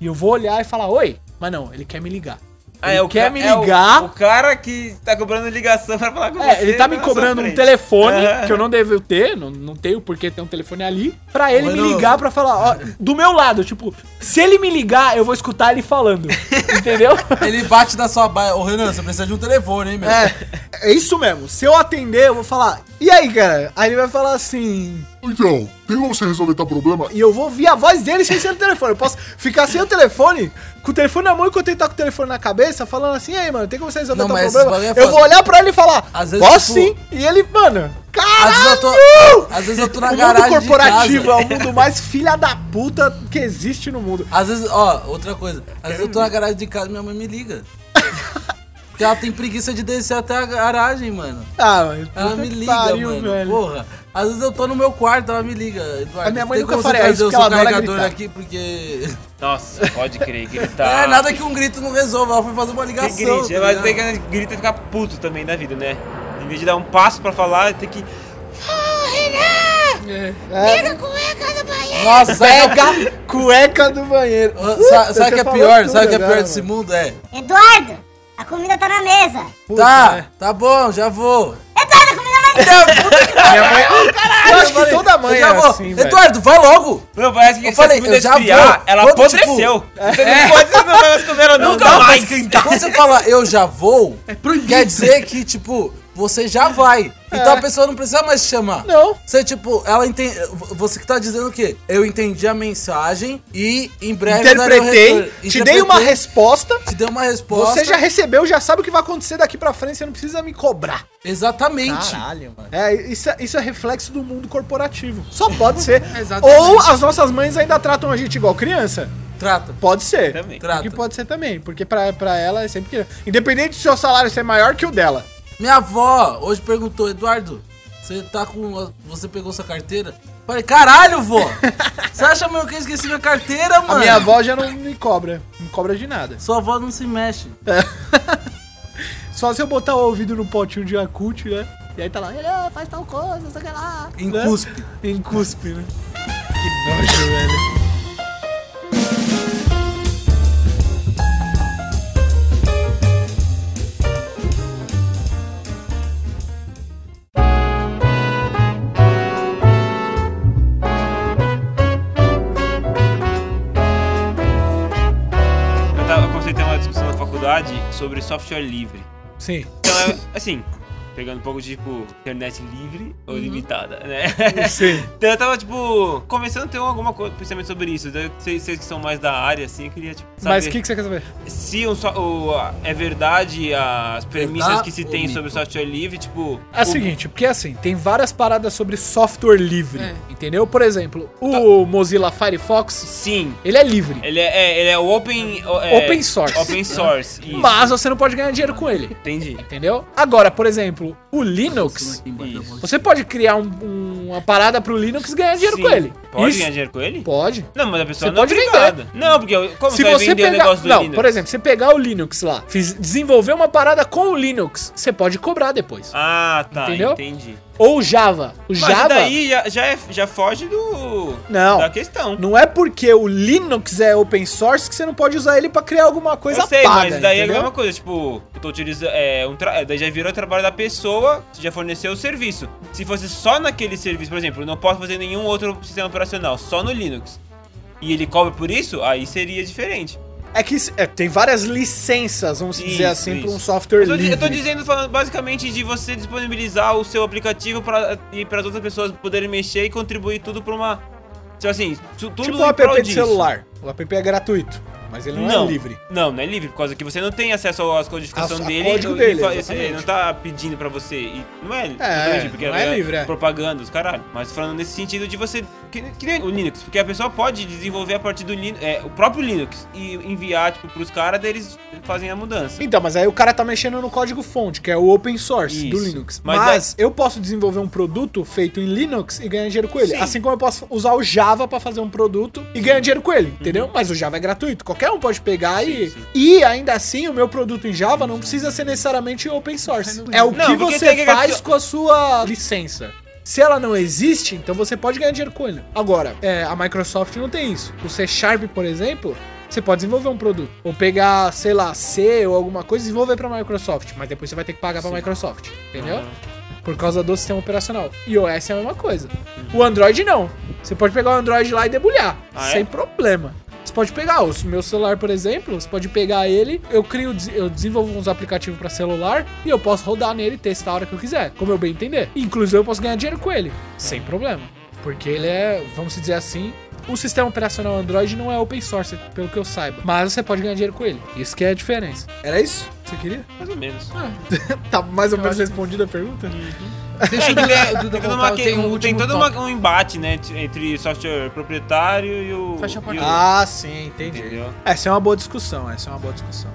Speaker 3: E eu vou olhar e falar, oi. Mas não, ele quer me ligar.
Speaker 2: Ah,
Speaker 3: ele
Speaker 2: é o
Speaker 3: quer
Speaker 2: ca-
Speaker 3: me
Speaker 2: é o-
Speaker 3: ligar.
Speaker 2: o, cara que tá cobrando ligação pra falar com
Speaker 3: É,
Speaker 2: você.
Speaker 3: ele tá me
Speaker 2: na
Speaker 3: cobrando
Speaker 2: sua
Speaker 3: um
Speaker 2: frente.
Speaker 3: telefone
Speaker 2: Aham.
Speaker 3: que eu não devo ter, não, não tenho por que ter um telefone ali, pra ele me
Speaker 1: Mano.
Speaker 3: ligar pra falar, ó, do meu lado, tipo, se ele me ligar, eu vou escutar ele falando, entendeu?
Speaker 1: Ele bate na sua baia. Ô, Renan, você precisa de um telefone, hein, meu?
Speaker 3: É, é isso mesmo, se eu atender, eu vou falar, e aí, cara? Aí ele vai falar assim,
Speaker 5: então, tem como você resolver tal problema?
Speaker 3: e eu vou ouvir a voz dele sem ser o telefone, eu posso ficar sem o telefone, com o telefone na mão e quando ele tá com o telefone na cabeça, falando assim, e aí, mano, tem como você resolver
Speaker 1: Não,
Speaker 3: tal
Speaker 1: mas
Speaker 3: problema?
Speaker 1: esse bagulho é
Speaker 3: eu
Speaker 1: foda.
Speaker 3: vou olhar pra ele e falar,
Speaker 1: Às vezes,
Speaker 3: posso
Speaker 1: tipo,
Speaker 3: sim, e ele, mano,
Speaker 1: Às vezes eu
Speaker 3: caralho!
Speaker 1: tô, às vezes eu tô na
Speaker 3: o mundo
Speaker 1: garagem de
Speaker 3: corporativo
Speaker 1: casa.
Speaker 3: é o mundo mais filha da puta que existe no mundo.
Speaker 1: Às vezes, ó, outra coisa. Às vezes eu tô na garagem de casa e minha mãe me liga. Porque ela tem preguiça de descer até a garagem, mano.
Speaker 3: Ah, mano,
Speaker 1: Ela
Speaker 3: puta
Speaker 1: me
Speaker 3: que
Speaker 1: liga,
Speaker 3: pariu,
Speaker 1: mano. Porra. Às vezes eu tô no meu quarto, ela me liga. Eduardo,
Speaker 3: A minha mãe
Speaker 1: tem
Speaker 3: nunca
Speaker 1: como
Speaker 3: faria
Speaker 1: você trazer o
Speaker 3: isso, porque
Speaker 1: seu
Speaker 3: ela adora
Speaker 1: carregador
Speaker 3: gritar.
Speaker 1: aqui, porque.
Speaker 2: Nossa, pode crer, gritar.
Speaker 1: É, nada que um grito não resolva. Ela foi fazer uma
Speaker 2: Tá. que
Speaker 1: ligação.
Speaker 2: grite.
Speaker 1: tá
Speaker 2: Mas
Speaker 1: ligado?
Speaker 2: tem que grita e ficar puto também na vida, né? Em vez de dar um passo pra falar, tem que.
Speaker 4: É.
Speaker 1: Nossa, sabe, é
Speaker 3: Pega cueca do banheiro.
Speaker 1: sabe, sabe
Speaker 3: você
Speaker 1: que é
Speaker 3: falou
Speaker 1: pior?
Speaker 3: tudo
Speaker 1: Sabe que é
Speaker 3: agora,
Speaker 1: pior desse
Speaker 3: mano.
Speaker 1: mundo? É.
Speaker 6: Eduardo, A comida tá na mesa.
Speaker 3: Puta,
Speaker 1: Tá,
Speaker 3: né?
Speaker 1: tá bom, já vou.
Speaker 6: Eduardo, a comida mais.
Speaker 1: Então, puta que pariu,
Speaker 3: Minha mãe. eu acho que toda mãe
Speaker 1: eu
Speaker 3: é
Speaker 1: já vou.
Speaker 3: assim, velho.
Speaker 1: Eduardo, vai logo.
Speaker 2: Mano, parece que
Speaker 1: Eu
Speaker 2: se a
Speaker 1: falei,
Speaker 2: comida
Speaker 1: eu já
Speaker 2: esfriar,
Speaker 1: vou.
Speaker 2: ela
Speaker 1: Quando, tipo,
Speaker 2: apodreceu. Você não pode, você é. não vai mais comer ela nunca
Speaker 1: dá pra
Speaker 2: mais.
Speaker 1: Quando você fala eu já vou,
Speaker 3: É
Speaker 1: quer dizer que, tipo, você já vai. Então a pessoa não precisa mais te chamar.
Speaker 3: É. Não.
Speaker 1: Você, tipo, ela entende. Você que tá dizendo o quê? Eu entendi a mensagem e em breve. darei o
Speaker 3: Interpretei,
Speaker 1: retorno.
Speaker 3: te dei uma
Speaker 1: Interpretei,
Speaker 3: resposta.
Speaker 1: Te dei uma resposta.
Speaker 3: Você já recebeu, já sabe o que vai acontecer daqui pra frente, você não precisa me cobrar.
Speaker 1: Exatamente.
Speaker 3: Caralho, mano. É, isso, é- isso é reflexo do mundo corporativo. Só pode ser.
Speaker 4: Exatamente.
Speaker 3: Ou as nossas mães ainda tratam a gente igual criança.
Speaker 1: Trata.
Speaker 3: Pode ser.
Speaker 2: Também.
Speaker 1: Trata.
Speaker 3: Que pode ser também, porque pra, pra ela é sempre criança. Independente do seu salário ser maior que o dela.
Speaker 1: Minha avó hoje perguntou, Eduardo, você tá com. Você pegou sua carteira? Falei, caralho, vó! Você acha mesmo que eu esqueci minha carteira, mano?
Speaker 3: A minha avó já não me cobra. Não cobra de nada.
Speaker 1: Sua avó não se mexe.
Speaker 3: Só se eu botar o ouvido no potinho de acute, né? E aí tá lá, "Ah, faz tal coisa, sei lá.
Speaker 1: Em
Speaker 3: Né?
Speaker 1: cuspe.
Speaker 3: Em cuspe, né? Que nojo, velho.
Speaker 2: Eu, tava, eu comecei a ter uma discussão na faculdade sobre software livre.
Speaker 3: Sim.
Speaker 2: Então, é, assim, pegando um pouco de, tipo, internet livre ou limitada, né?
Speaker 3: Sim.
Speaker 2: Então eu tava, tipo, começando a ter alguma coisa, pensamento sobre isso. Então, Vocês vocês que são mais da área, assim, eu queria, tipo, saber
Speaker 3: Mas o que, que você quer saber?
Speaker 2: se um so- o- a- é verdade as premissas
Speaker 1: Verdade
Speaker 2: que se
Speaker 1: ou
Speaker 2: tem
Speaker 1: mito?
Speaker 2: sobre o software livre, tipo...
Speaker 3: É o seguinte, porque assim, tem várias paradas sobre software livre,
Speaker 4: É.
Speaker 3: entendeu? Por exemplo, o Mozilla Firefox,
Speaker 2: Sim,
Speaker 3: ele é livre,
Speaker 2: ele é, é, ele é open... o- é,
Speaker 3: Open source.
Speaker 2: Open source, isso.
Speaker 3: mas você não pode ganhar dinheiro com ele,
Speaker 2: Entendi.
Speaker 3: entendeu? Agora, por exemplo, o Linux,
Speaker 2: Isso.
Speaker 3: você pode criar um- um- uma parada pro Linux e ganhar dinheiro
Speaker 2: Sim.
Speaker 3: com ele.
Speaker 2: Pode
Speaker 3: Isso-
Speaker 2: ganhar dinheiro com ele?
Speaker 3: Pode.
Speaker 2: Não, mas a pessoa
Speaker 3: Você
Speaker 2: não
Speaker 3: pode
Speaker 2: é
Speaker 3: vender.
Speaker 2: obrigada. Não, porque como
Speaker 3: Se
Speaker 2: você vai
Speaker 3: você
Speaker 2: vender o
Speaker 3: pegar,
Speaker 2: negócio do
Speaker 3: não,
Speaker 2: Linux?
Speaker 3: por exemplo, você pegar o Linux lá, fiz- desenvolver uma parada com o Linux, você pode cobrar depois.
Speaker 2: Ah, tá,
Speaker 3: Entendeu?
Speaker 2: entendi.
Speaker 3: Ou o Java, o
Speaker 2: Mas
Speaker 3: Java
Speaker 2: daí já, já, é- já foge do...
Speaker 3: Não.
Speaker 2: Da questão.
Speaker 3: Não é porque o Linux é open source que você não pode usar ele pra criar alguma coisa
Speaker 2: eu sei,
Speaker 3: paga,
Speaker 2: mas daí é a
Speaker 3: entendeu?
Speaker 2: mesma coisa, tipo, eu tô utilizando, é, um tra- é, daí já virou trabalho da pessoa, você já forneceu o serviço. Se fosse só naquele serviço, por exemplo, eu não posso fazer nenhum outro sistema operacional, só no Linux, e ele cobra por isso, aí seria diferente.
Speaker 3: É que isso- é, tem várias licenças, vamos dizer
Speaker 2: Isso,
Speaker 3: assim,
Speaker 2: isso.
Speaker 3: pra um software
Speaker 2: Eu tô, di-
Speaker 3: livre.
Speaker 2: eu tô dizendo, falando basicamente, de você disponibilizar o seu aplicativo pra, e para as outras pessoas poderem mexer e contribuir tudo pra uma... Tipo assim, tu- tudo
Speaker 3: tipo
Speaker 2: em
Speaker 3: o app
Speaker 2: prol
Speaker 3: de
Speaker 2: disso.
Speaker 3: celular. O app é gratuito, mas ele não, é livre.
Speaker 2: Não, não é livre, por causa que você não tem acesso às codificações
Speaker 3: A- a
Speaker 2: dele.
Speaker 3: código
Speaker 2: e
Speaker 3: dele,
Speaker 2: fa-
Speaker 3: exatamente.
Speaker 2: ele não tá pedindo pra você. e não é,
Speaker 3: É, não é livre, é.
Speaker 2: propaganda, os caralho. Mas falando nesse sentido de você. Que, que nem o Linux, porque a pessoa pode desenvolver a partir do Linux, é, o próprio Linux, e enviar, tipo, pros caras, daí eles fazem a mudança.
Speaker 3: Então, mas aí o cara tá mexendo no código fonte, que é o open source do
Speaker 2: Isso.
Speaker 3: Linux. Mas,
Speaker 2: Mas é-
Speaker 3: eu posso desenvolver um produto feito em Linux e ganhar dinheiro com ele.
Speaker 2: Sim.
Speaker 3: Assim como eu posso usar o Java pra fazer um produto e ganhar dinheiro com ele, entendeu? Mas o Java é gratuito, qualquer um pode pegar e.
Speaker 2: Uhum. Sim, sim.
Speaker 3: E ainda assim, o meu produto em Java não precisa ser necessariamente open source. É o
Speaker 2: Não,
Speaker 3: que
Speaker 2: porque
Speaker 3: você
Speaker 2: tem que-
Speaker 3: faz com a sua licença. Se ela não existe, então você pode ganhar dinheiro com ele. Agora, é, a Microsoft não tem isso. O C Sharp, por exemplo, você pode desenvolver um produto. Ou pegar, sei lá, C ou alguma coisa e desenvolver pra Microsoft. Mas depois você vai ter que pagar pra Microsoft. Entendeu? Por causa do sistema operacional. iOS é a mesma coisa. O Android não. Você pode pegar o Android lá e debulhar.
Speaker 2: Ah, é?
Speaker 3: sem problema. Você pode pegar o meu celular, por exemplo, você pode pegar ele, eu crio, eu desenvolvo uns aplicativos pra celular e eu posso rodar nele e testar a hora que eu quiser, como eu bem entender. Inclusive eu posso ganhar dinheiro com ele, sem problema. Porque ele é, vamos dizer assim, o sistema operacional Android não é open source, pelo que eu saiba. Mas você pode ganhar dinheiro com ele. Isso que é a diferença. Era isso? Você queria?
Speaker 2: Mais ou menos.
Speaker 3: Tá mais ou menos respondida a pergunta?
Speaker 2: É,
Speaker 4: Deixa o Duda, o Duda
Speaker 2: tem, toda
Speaker 4: voltar,
Speaker 2: uma,
Speaker 4: eu tenho um
Speaker 2: tem, tem
Speaker 4: último
Speaker 2: todo
Speaker 4: tópico.
Speaker 2: uma- um embate, né? t- Entre software proprietário e o.
Speaker 4: Fecha a
Speaker 2: e
Speaker 4: porta.
Speaker 2: o-
Speaker 3: Ah, sim, entendi.
Speaker 2: Entendeu?
Speaker 3: Essa é uma boa discussão, essa é uma boa discussão.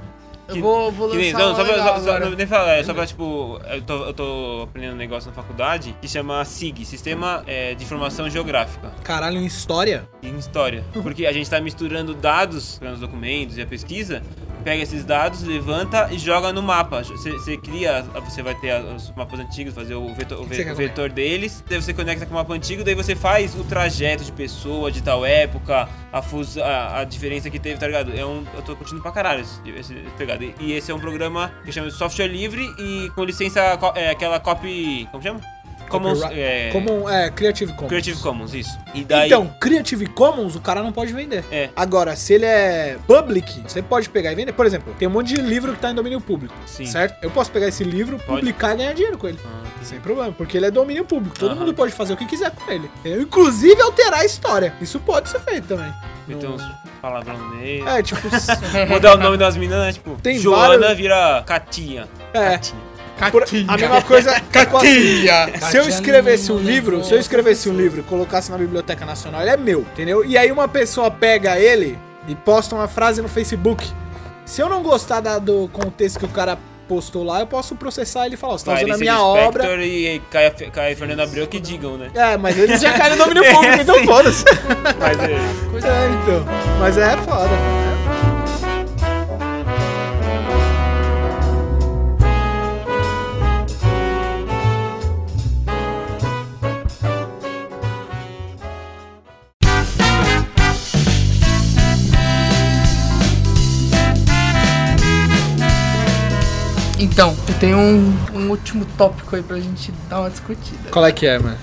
Speaker 4: Eu vou, vou
Speaker 2: Que nem,
Speaker 4: lançar
Speaker 2: não,
Speaker 4: uma
Speaker 2: só pra,
Speaker 4: legal
Speaker 2: só- só-
Speaker 4: agora.
Speaker 2: não, nem falar, é só pra, tipo, eu tô, eu tô aprendendo um negócio na faculdade que chama SIG, Sistema é, de Informação Geográfica,
Speaker 3: Caralho, em história?
Speaker 2: em História. Porque a gente tá misturando dados, os documentos e a pesquisa, pega esses dados, levanta e joga no mapa. Você, você cria, você vai ter os mapas antigos, fazer o vetor, o
Speaker 4: que você
Speaker 2: ve-
Speaker 4: quer
Speaker 2: o vetor deles, daí você conecta com o mapa antigo, daí você faz o trajeto de pessoa, de tal época, a, fusa, a, a diferença que teve, tá ligado? É um, eu tô curtindo pra caralho esse, esse pegado. E, e esse é um programa que chama de software livre e com licença, co- é, aquela copy... como chama? Commons...
Speaker 3: Copyright-
Speaker 2: é,
Speaker 3: Common, é, Creative Commons.
Speaker 2: Creative Commons, isso. E daí...
Speaker 3: Então, Creative Commons, o cara não pode vender.
Speaker 2: É.
Speaker 3: Agora, se ele é public, você pode pegar e vender. Por exemplo, tem um monte de livro que tá em domínio público,
Speaker 2: Sim.
Speaker 3: certo? Eu posso pegar esse livro,
Speaker 2: Pode.
Speaker 3: publicar e ganhar dinheiro com ele.
Speaker 2: Ah,
Speaker 3: Sem problema, porque ele é domínio público. Todo
Speaker 2: Aham.
Speaker 3: mundo pode fazer o que quiser com ele. Eu, inclusive alterar a história. Isso pode ser feito também.
Speaker 2: Meter uns palavrão no meio.
Speaker 3: É, tipo,
Speaker 2: Mudar o nome das meninas, né? Tipo,
Speaker 3: Tem
Speaker 2: Joana
Speaker 3: vários-
Speaker 2: vira Catinha.
Speaker 3: é.
Speaker 2: Catinha.
Speaker 3: Por- a mesma coisa. tipo assim,
Speaker 5: Ia!
Speaker 3: se eu escrevesse um livro, se eu escrevesse um livro e colocasse na Biblioteca Nacional, ele é meu, entendeu? E aí uma pessoa pega ele e posta uma frase no Facebook. Se eu não gostar da- do contexto que o cara postou lá, eu posso processar ele e falar, ó, você tá usando a
Speaker 2: Clarice
Speaker 3: minha
Speaker 2: Lispector
Speaker 3: obra.
Speaker 2: E Caia, Caia Fernando Abreu que digam, né?
Speaker 3: É, mas eles já caem no domínio
Speaker 2: É
Speaker 3: público, então
Speaker 2: assim.
Speaker 3: foda-se.
Speaker 2: Mas é.
Speaker 4: Coisa
Speaker 3: É, então. Mas é foda.
Speaker 4: Então, eu tenho um, um último tópico aí pra gente dar uma discutida.
Speaker 3: Qual é que é, mano?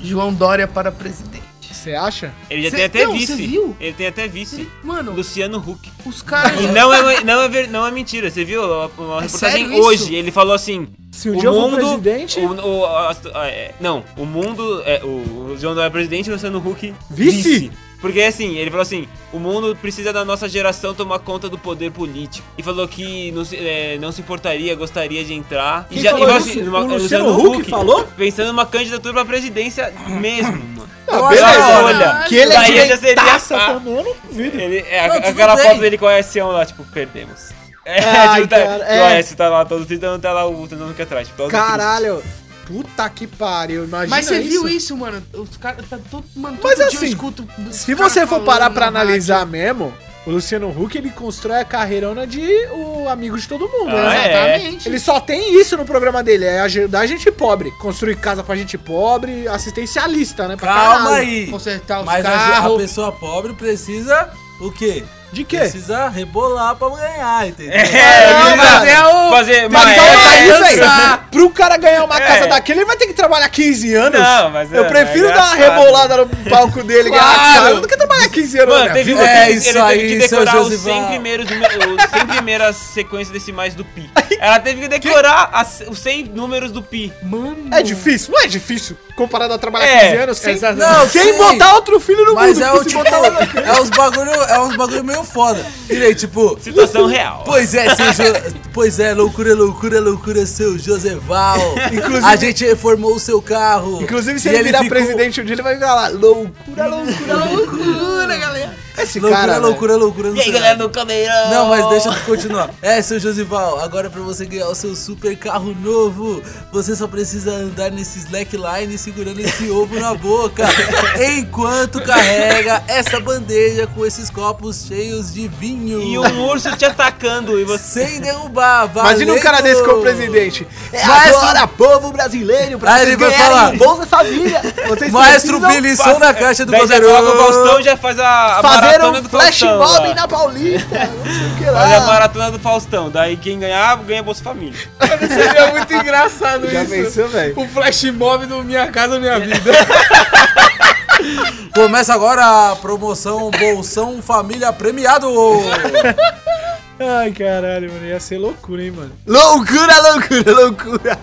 Speaker 4: João Dória para presidente.
Speaker 3: Você acha?
Speaker 2: Ele já
Speaker 4: Cê-
Speaker 2: tem até
Speaker 4: não,
Speaker 2: vice.
Speaker 4: cê viu?
Speaker 2: Ele tem até vice.
Speaker 4: Mano,
Speaker 2: Luciano Huck.
Speaker 4: os caras.
Speaker 2: E não é, não, é ver- não é mentira, você viu? Uma- Uma reportagem
Speaker 4: sério isso?
Speaker 2: hoje. Ele falou assim:
Speaker 3: Se um dia eu for presidente-
Speaker 2: o- o- a- a- é, não, o mundo. É, o, o João Dória é presidente e o Luciano Huck.
Speaker 3: Vice?
Speaker 2: Porque assim, ele falou assim: o mundo precisa da nossa geração tomar conta do poder político. E falou que não se, é, não se importaria, gostaria de entrar.
Speaker 3: Quem
Speaker 2: e assim, já
Speaker 3: falou
Speaker 2: e
Speaker 3: isso? O Luciano Huck falou?
Speaker 2: Pensando numa candidatura pra presidência mesmo, mano.
Speaker 3: Não,
Speaker 1: acho
Speaker 3: Ah, beleza.
Speaker 1: que-
Speaker 2: olha,
Speaker 3: que ele
Speaker 2: daí
Speaker 3: é
Speaker 2: já seria
Speaker 3: direitaça
Speaker 2: pá.
Speaker 3: também, eu não duvido.
Speaker 2: Ele, é,
Speaker 1: Não,
Speaker 2: a-
Speaker 1: tudo
Speaker 2: aquela
Speaker 1: bem.
Speaker 2: foto dele com o Aécio lá, tipo, perdemos. É,
Speaker 3: Ai,
Speaker 2: tipo, tá,
Speaker 3: cara, é.
Speaker 2: o Aécio tá lá todo tentando, tá lá o tentando aqui atrás. Tipo, todo
Speaker 3: Caralho. Puta que pariu, imagina
Speaker 4: Mas você
Speaker 3: isso.
Speaker 4: viu isso, mano? Os caras tá todo. Mano, todo
Speaker 3: Mas
Speaker 4: dia
Speaker 3: assim,
Speaker 4: eu escuto. os
Speaker 3: Se
Speaker 4: caras
Speaker 3: você for
Speaker 4: falando
Speaker 3: parar pra
Speaker 4: na
Speaker 3: analisar mesmo, o Luciano Huck, ele constrói a carreirona de o amigo de todo mundo,
Speaker 2: Ah,
Speaker 4: rádio.
Speaker 3: né?
Speaker 2: é?
Speaker 4: Exatamente.
Speaker 3: Ele só tem isso no programa dele, é ajudar a gente pobre. Construir casa pra gente pobre, assistencialista, né? Pra
Speaker 1: Calma
Speaker 3: caralho.
Speaker 1: aí.
Speaker 4: Consertar os
Speaker 1: Mas a, ge- a
Speaker 4: carros.
Speaker 1: pessoa pobre precisa o quê?
Speaker 3: De quê?
Speaker 1: Precisa rebolar pra ganhar, entendeu?
Speaker 2: É,
Speaker 3: Não,
Speaker 2: ele
Speaker 3: mas
Speaker 2: tá-
Speaker 4: é o-
Speaker 2: Fazer é,
Speaker 3: Mas calma então tá aí,
Speaker 2: maestro.
Speaker 3: velho. Pro cara ganhar uma
Speaker 2: É.
Speaker 3: casa daquele, ele vai ter que trabalhar 15 anos.
Speaker 2: Não, mas
Speaker 3: Eu
Speaker 2: é,
Speaker 3: prefiro
Speaker 2: é
Speaker 3: dar uma
Speaker 2: engraçado.
Speaker 3: rebolada no palco dele e ganhar a
Speaker 1: Claro.
Speaker 3: casa do que trabalhar 15 anos.
Speaker 2: Mano,
Speaker 3: né?
Speaker 2: teve
Speaker 1: vida. É
Speaker 2: ele
Speaker 1: isso
Speaker 2: teve
Speaker 1: aí,
Speaker 2: que
Speaker 1: seu
Speaker 2: decorar os
Speaker 1: Josival.
Speaker 2: 100 primeiros, número- os 100 primeiras sequências decimais do pi. Ela teve que decorar as- os 100 números do pi.
Speaker 4: Mano.
Speaker 3: É difícil? Não é difícil comparado a trabalhar
Speaker 2: É,
Speaker 3: 15 anos sem,
Speaker 4: exato.
Speaker 1: Não,
Speaker 3: sem
Speaker 1: sim.
Speaker 3: botar outro filho no
Speaker 1: Mas
Speaker 3: mundo.
Speaker 1: é
Speaker 3: porque
Speaker 1: o
Speaker 3: se
Speaker 1: tipo,
Speaker 3: botar lá-
Speaker 1: é uns bagulho, é uns bagulho meio foda. Direi, tipo,
Speaker 2: Situação real.
Speaker 1: pois é, seu Jo- pois é, loucura, loucura, loucura, seu Joseval.
Speaker 3: Inclusive-
Speaker 1: a gente reformou o seu carro.
Speaker 3: Inclusive, se
Speaker 1: E
Speaker 3: ele, virar
Speaker 1: ficou-
Speaker 3: presidente um dia, ele vai virar lá. Loucura, loucura, loucura, galera. Esse
Speaker 1: Loucura,
Speaker 3: cara.
Speaker 1: loucura, loucura, não
Speaker 2: E aí,
Speaker 1: sei
Speaker 2: galera
Speaker 1: nada.
Speaker 2: do Caldeirão?
Speaker 1: Não, mas deixa
Speaker 2: Oh.
Speaker 1: eu continuar. É, seu Josival, agora pra você ganhar o seu super carro novo, você só precisa andar nesse slackline segurando esse ovo na boca, enquanto carrega essa bandeja com esses copos cheios de vinho.
Speaker 2: E um urso te atacando e você...
Speaker 1: Sem derrubar, valeu.
Speaker 3: Imagina um cara desse como presidente. É
Speaker 1: Maestro-
Speaker 3: agora, povo brasileiro, pra
Speaker 1: Aí
Speaker 3: vocês
Speaker 1: ele vai
Speaker 3: ganharem
Speaker 1: falar.
Speaker 3: o Bolsa Família. Vocês
Speaker 1: Maestro
Speaker 3: precisam
Speaker 1: Bilição na caixa do
Speaker 2: Daí já coloca o é Faustão
Speaker 1: Caldeirão.
Speaker 2: já faz a, a
Speaker 3: fazer
Speaker 2: maratona
Speaker 3: um
Speaker 2: do
Speaker 3: flash
Speaker 2: Faustão.
Speaker 3: mob
Speaker 2: lá.
Speaker 3: na Paulista. Não sei o que
Speaker 2: Faz a
Speaker 3: lá.
Speaker 2: maratona do Faustão. Daí quem ganhar, ganha Bolsa Família.
Speaker 4: Seria muito engraçado
Speaker 3: Já
Speaker 4: isso.
Speaker 3: pensou, velho?
Speaker 4: O flash mob do Minha Casa Minha Vida.
Speaker 1: Começa agora a promoção Bolsão Família Premiado.
Speaker 3: Ai, caralho, mano. Ia ser loucura, hein, mano. Loucura, loucura, loucura.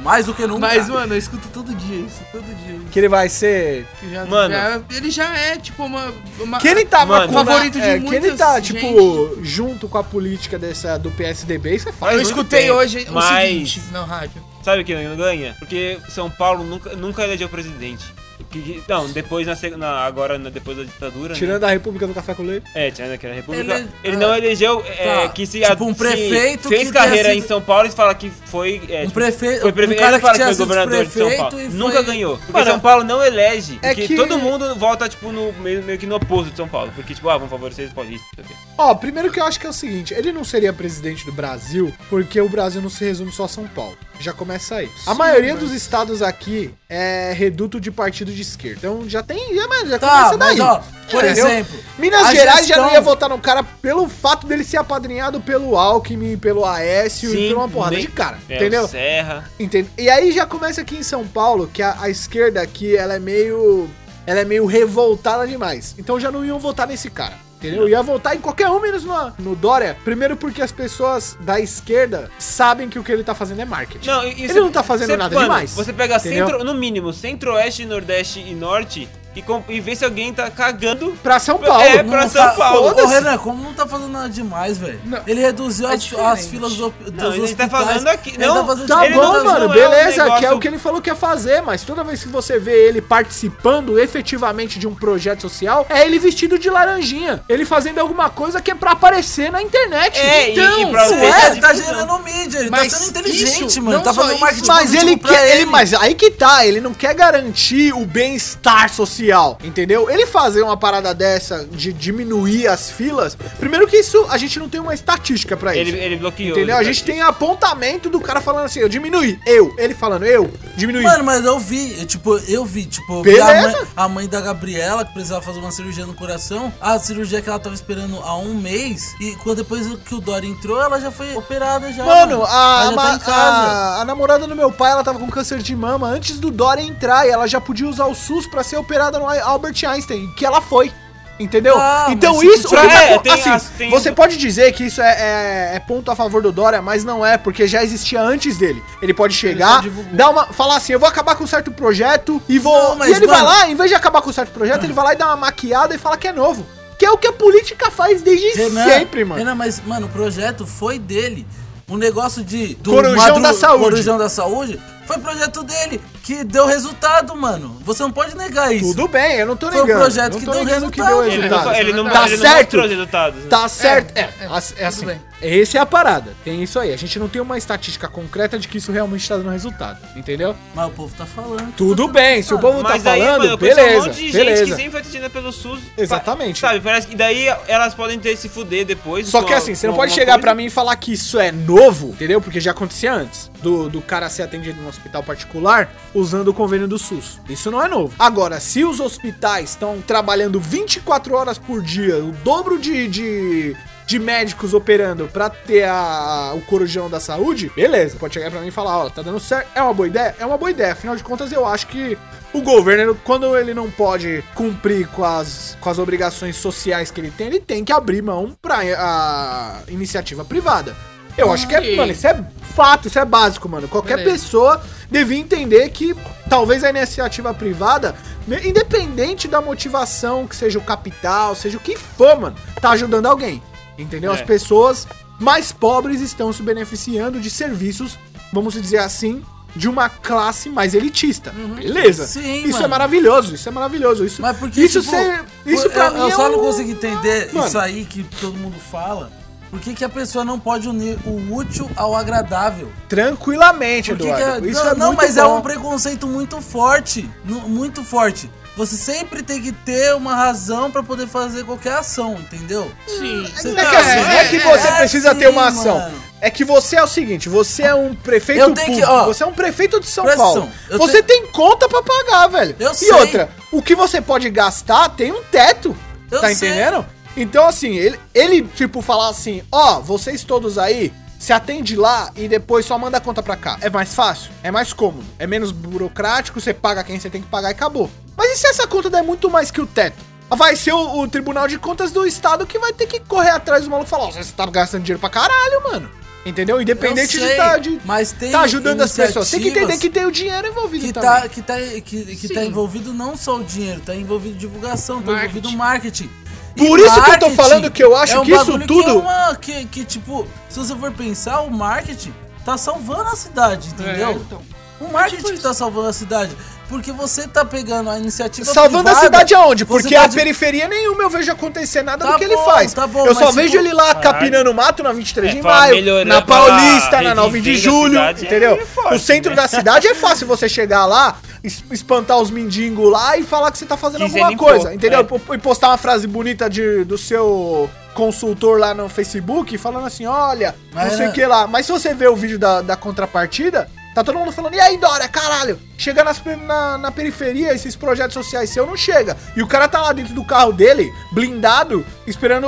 Speaker 1: Mais do que nunca.
Speaker 4: Mas, mano, eu escuto todo dia isso. Todo dia.
Speaker 3: Que ele vai ser.
Speaker 4: Que já-
Speaker 2: Mano.
Speaker 4: já- ele já é, tipo, uma. uma-
Speaker 3: Que ele tá
Speaker 2: Mano,
Speaker 3: macumba-
Speaker 4: favorito de
Speaker 3: é, Que ele tá,
Speaker 4: muitas
Speaker 3: tipo, junto com a política dessa, do PSDB, isso é fácil.
Speaker 4: Eu
Speaker 2: muito
Speaker 4: escutei
Speaker 2: tempo,
Speaker 4: hoje
Speaker 2: mas-
Speaker 4: o seguinte. Não, rádio.
Speaker 2: Sabe quem não ganha? Porque São Paulo nunca, nunca elegeu presidente. Que- que- não, depois na, seg- na- agora na- depois da ditadura. né?
Speaker 3: Tirando a República do Café com Leite.
Speaker 2: É, tirando aqui na República.
Speaker 1: Ele-
Speaker 2: Ele,
Speaker 1: ah,
Speaker 2: não elegeu é,
Speaker 1: tá.
Speaker 2: que se
Speaker 1: Tipo, um
Speaker 2: se
Speaker 1: prefeito
Speaker 2: fez
Speaker 1: que
Speaker 2: carreira
Speaker 1: tenha
Speaker 2: em
Speaker 1: sido-
Speaker 2: São Paulo e fala que foi. é,
Speaker 1: Um
Speaker 2: tipo,
Speaker 1: prefeito-
Speaker 2: foi
Speaker 1: um cara
Speaker 2: ele
Speaker 1: que
Speaker 2: fala
Speaker 1: tinha
Speaker 2: foi
Speaker 1: sido
Speaker 2: governador de São
Speaker 1: prefeito
Speaker 2: Paulo.
Speaker 1: e
Speaker 2: Nunca
Speaker 1: foi-
Speaker 2: ganhou. Porque
Speaker 3: Mano,
Speaker 2: São Paulo não elege.
Speaker 3: é
Speaker 2: Porque
Speaker 3: que-
Speaker 2: todo mundo volta, tipo, no, meio, meio que no oposto de São Paulo. Porque, tipo, ah, vamos favorecer os paulistas. não sei o quê.
Speaker 3: Ó, primeiro que eu acho que é o seguinte, ele não seria presidente do Brasil porque o Brasil não se resume só a São Paulo. Já começa aí. a maioria dos estados aqui é reduto de partido de esquerda. Então já tem, já, mano, já
Speaker 1: Tá,
Speaker 3: começa daí.
Speaker 1: mas ó, por
Speaker 3: Entendeu?
Speaker 1: exemplo.
Speaker 3: Minas
Speaker 1: a
Speaker 3: Gerais já
Speaker 1: gestão-
Speaker 3: não ia votar no cara pelo fato dele ser apadrinhado pelo Alckmin, pelo Aécio e
Speaker 2: Sim,
Speaker 3: por uma porrada
Speaker 2: nem-
Speaker 3: de cara,
Speaker 2: É,
Speaker 3: entendeu?
Speaker 2: o Serra.
Speaker 3: Entende? E aí já começa aqui em São Paulo, que a, a esquerda aqui, ela é meio. Ela é meio revoltada demais. Então já não iam votar nesse cara. Entendeu? Ia votar em qualquer um, menos no, no Dória. Primeiro porque as pessoas da esquerda sabem que o que ele tá fazendo é marketing.
Speaker 2: Não, e- e
Speaker 3: ele
Speaker 2: Tipo, você-
Speaker 3: não tá fazendo
Speaker 2: você-
Speaker 3: nada
Speaker 2: mano,
Speaker 3: demais.
Speaker 2: Você pega
Speaker 3: entendeu?
Speaker 2: centro, no mínimo, centro-oeste, nordeste e norte e, com- e vê se alguém tá cagando.
Speaker 3: Pra São Paulo.
Speaker 2: É,
Speaker 1: não
Speaker 2: pra
Speaker 1: tá-
Speaker 2: São Paulo.
Speaker 1: Ô, Renan, como não tá fazendo nada demais, velho?
Speaker 4: Não.
Speaker 1: Ele reduziu
Speaker 4: É
Speaker 1: as,
Speaker 4: diferente.
Speaker 1: as filas do, dos
Speaker 2: Não, ele tá
Speaker 1: hospitais.
Speaker 2: falando aqui-
Speaker 1: Ele
Speaker 2: não,
Speaker 1: fazendo tipo
Speaker 3: Tá
Speaker 2: Ele
Speaker 3: bom,
Speaker 2: não-
Speaker 3: mano,
Speaker 2: não é um
Speaker 3: beleza, que é
Speaker 2: negócio-
Speaker 3: o que ele falou que ia fazer, mas toda vez que você vê ele participando efetivamente de um projeto social, é ele vestido de laranjinha. Ele fazendo alguma coisa que é pra aparecer na internet. Então,
Speaker 2: É, e- e pra
Speaker 1: Isso
Speaker 2: ter
Speaker 1: é,
Speaker 2: essa
Speaker 1: ele tá
Speaker 2: difusão.
Speaker 1: gerando mídia, ele
Speaker 4: Mas
Speaker 1: tá sendo inteligente,
Speaker 4: isso,
Speaker 1: mano.
Speaker 4: não
Speaker 1: Tá
Speaker 4: só
Speaker 1: fazendo
Speaker 4: isso,
Speaker 1: marketing
Speaker 3: Mas
Speaker 1: positivo
Speaker 3: ele
Speaker 1: pra
Speaker 3: quer, ele, mas aí que tá, ele não quer garantir o bem-estar social, entendeu? Ele fazer uma parada dessa de diminuir as filas, primeiro que isso a gente não tem uma estatística pra É isso.
Speaker 2: Ele, é né? ele bloqueou.
Speaker 3: Entendeu?
Speaker 2: ele
Speaker 3: A gente
Speaker 2: bloqueou.
Speaker 3: tem apontamento do cara falando assim, eu diminui, eu. Ele falando, eu, diminui.
Speaker 1: Mano, mas eu vi, eu, tipo, eu vi, tipo, eu vi a
Speaker 3: Beleza.
Speaker 1: mãe, a mãe da Gabriela que precisava fazer uma cirurgia no coração, a cirurgia que ela tava esperando há um mês, e quando depois que o Dori entrou, ela já foi operada já. é
Speaker 3: Mano, a,
Speaker 1: Ela já tá
Speaker 3: ma-
Speaker 1: em casa.
Speaker 3: a- a namorada do meu pai, ela tava com câncer de mama antes do Dória entrar e ela já podia usar o SUS pra ser operada no Albert Einstein, que ela foi. Entendeu?
Speaker 1: Ah,
Speaker 3: então
Speaker 1: mas
Speaker 3: isso.
Speaker 1: tipo,
Speaker 3: o que tá
Speaker 2: é,
Speaker 3: acon-
Speaker 2: tem
Speaker 3: assim,
Speaker 2: as- tem-
Speaker 3: Você pode dizer que isso é, é- é ponto a favor do Dória, mas não é, porque já existia antes dele. Ele pode
Speaker 1: só
Speaker 3: chegar,
Speaker 1: divulgou.
Speaker 3: dar uma, falar assim: eu vou acabar com certo projeto e vou.
Speaker 1: Não, mas,
Speaker 3: e ele vai
Speaker 1: mano-
Speaker 3: lá, em vez de acabar com um certo projeto, ele vai lá e dá uma maquiada e fala que é novo. Que é o que a política faz desde sempre, mano.
Speaker 1: Renan, mas, mano, o projeto foi dele. O negócio de. Do
Speaker 3: Corujão da Saúde.
Speaker 1: Corujão da Saúde foi projeto dele que deu resultado, mano. Você não pode negar isso.
Speaker 3: Tudo bem, eu não tô
Speaker 1: Foi um
Speaker 3: negando.
Speaker 1: projeto
Speaker 3: não
Speaker 1: que
Speaker 3: tô
Speaker 1: deu
Speaker 3: negando
Speaker 1: resultado.
Speaker 2: Ele não,
Speaker 3: resultado.
Speaker 2: ele não,
Speaker 3: Tá
Speaker 2: ele não
Speaker 3: certo.
Speaker 2: mostrou os resultados. né?
Speaker 3: Tá certo. É,
Speaker 4: é,
Speaker 3: as- é
Speaker 4: tudo
Speaker 3: assim.
Speaker 4: bem.
Speaker 3: Essa é a parada. Tem isso aí. A gente não tem uma estatística concreta de que isso realmente tá dando resultado. Entendeu?
Speaker 1: Mas o povo tá falando. que
Speaker 3: Tudo
Speaker 1: tá
Speaker 3: bem. Se o povo tá
Speaker 2: Mas aí,
Speaker 3: falando,
Speaker 2: mano, eu conheço um
Speaker 3: beleza.
Speaker 2: monte de gente que
Speaker 3: beleza.
Speaker 2: sempre foi atendida pelo SUS.
Speaker 3: Exatamente.
Speaker 2: Sabe, parece que daí elas podem ter se fuder depois.
Speaker 3: Só
Speaker 2: com
Speaker 3: que
Speaker 2: a-
Speaker 3: assim, você
Speaker 2: com
Speaker 3: não pode
Speaker 2: alguma
Speaker 3: chegar
Speaker 2: coisa.
Speaker 3: pra mim e falar que isso é novo, entendeu? Porque já acontecia antes do, do cara ser atendido num hospital particular usando o convênio do SUS. Isso não é novo. Agora, se os hospitais estão trabalhando 24 horas por dia, o dobro de. de de médicos operando pra ter a, o corujão da saúde, beleza. Pode chegar pra mim e falar, ó, tá dando certo, é uma boa ideia? É uma boa ideia. Afinal de contas, eu acho que o governo, quando ele não pode cumprir com as, com as obrigações sociais que ele tem, ele tem que abrir mão pra a iniciativa privada. Eu acho que é,
Speaker 4: Ok.
Speaker 3: mano, isso é fato, isso é básico, mano. Qualquer
Speaker 4: Beleza.
Speaker 3: pessoa devia entender que talvez a iniciativa privada, né, independente da motivação, que seja o capital, seja o que for, mano, tá ajudando alguém. Entendeu?
Speaker 2: É.
Speaker 3: As pessoas mais pobres estão se beneficiando de serviços, vamos dizer assim, de uma classe mais elitista. Beleza.
Speaker 1: Sim,
Speaker 3: isso
Speaker 1: mano.
Speaker 3: é maravilhoso, isso é maravilhoso. Isso,
Speaker 1: Mas porque,
Speaker 3: isso,
Speaker 1: tipo,
Speaker 3: ser- isso
Speaker 1: eu,
Speaker 3: pra mim
Speaker 1: eu
Speaker 3: é
Speaker 1: só não
Speaker 3: um-
Speaker 1: consigo entender
Speaker 3: Mano.
Speaker 1: isso aí que todo mundo fala. Por que, que a pessoa não pode unir o útil ao agradável?
Speaker 3: Tranquilamente,
Speaker 1: Por que que
Speaker 3: Eduardo.
Speaker 1: é-
Speaker 3: Isso
Speaker 1: não,
Speaker 3: é
Speaker 1: não,
Speaker 3: muito
Speaker 1: mas é
Speaker 3: bom.
Speaker 1: um preconceito muito forte. nu- Muito forte. Você sempre tem que ter uma razão pra poder fazer qualquer ação, entendeu?
Speaker 4: Sim.
Speaker 1: Você
Speaker 3: É
Speaker 1: tá-
Speaker 3: que assim, não é que você
Speaker 1: é
Speaker 3: precisa
Speaker 1: assim,
Speaker 3: ter uma ação.
Speaker 1: mano.
Speaker 3: É que você é o seguinte, você é um prefeito
Speaker 1: Eu tenho que,
Speaker 3: público,
Speaker 1: ó,
Speaker 3: você é um prefeito de São
Speaker 1: presta
Speaker 3: Paulo.
Speaker 1: atenção, eu
Speaker 3: Você tem conta pra pagar, velho.
Speaker 1: Eu
Speaker 3: e
Speaker 1: sei.
Speaker 3: outra, o que você pode gastar tem um teto.
Speaker 1: Eu
Speaker 3: tá
Speaker 1: sei.
Speaker 3: entendendo? Então assim, ele, ele tipo falar assim, ó, vocês todos aí se atende lá e depois só manda a conta pra cá. É mais fácil, é mais cômodo, é menos burocrático, você paga quem você tem que pagar e acabou. Mas e se essa conta der muito mais que o teto? Vai ser o, o Tribunal de Contas do Estado que vai ter que correr atrás do maluco e falar, ó, você tá gastando dinheiro pra caralho, mano. Entendeu? Independente
Speaker 1: Eu
Speaker 3: de
Speaker 1: sei,
Speaker 3: tá, de
Speaker 1: mas tem
Speaker 3: tá ajudando as pessoas. Tem que entender
Speaker 1: iniciativas
Speaker 3: que tem o dinheiro envolvido
Speaker 1: que
Speaker 3: também.
Speaker 1: tá, que, tá, que, que tá
Speaker 4: Sim.
Speaker 1: envolvido não só o dinheiro, tá envolvido divulgação, tá
Speaker 4: Marketing.
Speaker 1: envolvido marketing.
Speaker 3: Por isso que eu tô falando que eu acho
Speaker 1: é um
Speaker 3: que isso
Speaker 1: bagulho Que, é
Speaker 3: tudo-
Speaker 1: uma- que, que, tipo, se você for pensar, o marketing tá salvando a cidade, entendeu?
Speaker 4: É, então.
Speaker 1: O marketing que tá salvando a cidade. Porque você tá pegando a iniciativa
Speaker 3: Salvando a
Speaker 1: privada,
Speaker 3: cidade aonde?
Speaker 1: você
Speaker 3: Porque
Speaker 1: tá
Speaker 3: a
Speaker 1: de-
Speaker 3: periferia nenhuma eu vejo acontecer nada
Speaker 1: Tá
Speaker 3: do que ele
Speaker 1: bom,
Speaker 3: faz.
Speaker 1: tá bom,
Speaker 3: eu
Speaker 1: mas
Speaker 3: só
Speaker 1: se
Speaker 3: vejo
Speaker 1: for-
Speaker 3: ele lá
Speaker 2: Caralho.
Speaker 3: capinando mato na 23 de
Speaker 2: É, pra
Speaker 3: maio,
Speaker 2: melhorar,
Speaker 3: na
Speaker 2: pra
Speaker 3: Paulista, na 9 de
Speaker 2: reviver a
Speaker 3: julho,
Speaker 2: cidade, é
Speaker 3: entendeu?
Speaker 2: meio forte,
Speaker 3: o centro
Speaker 2: né?
Speaker 3: da cidade é fácil você chegar lá, es- espantar os mendigos lá e falar que você tá fazendo
Speaker 2: Que você
Speaker 3: alguma
Speaker 2: limpou,
Speaker 3: coisa, entendeu?
Speaker 2: é.
Speaker 3: E postar uma frase bonita de, do seu consultor lá no Facebook falando assim, olha,
Speaker 1: Mas é
Speaker 3: não sei
Speaker 1: era-
Speaker 3: o que lá. Mas se você ver o vídeo da, da contrapartida, tá todo mundo falando, e aí, Dória, caralho? Chega nas pe- na, na periferia, esses projetos sociais seu não chega. E o cara tá lá dentro do carro dele, blindado, esperando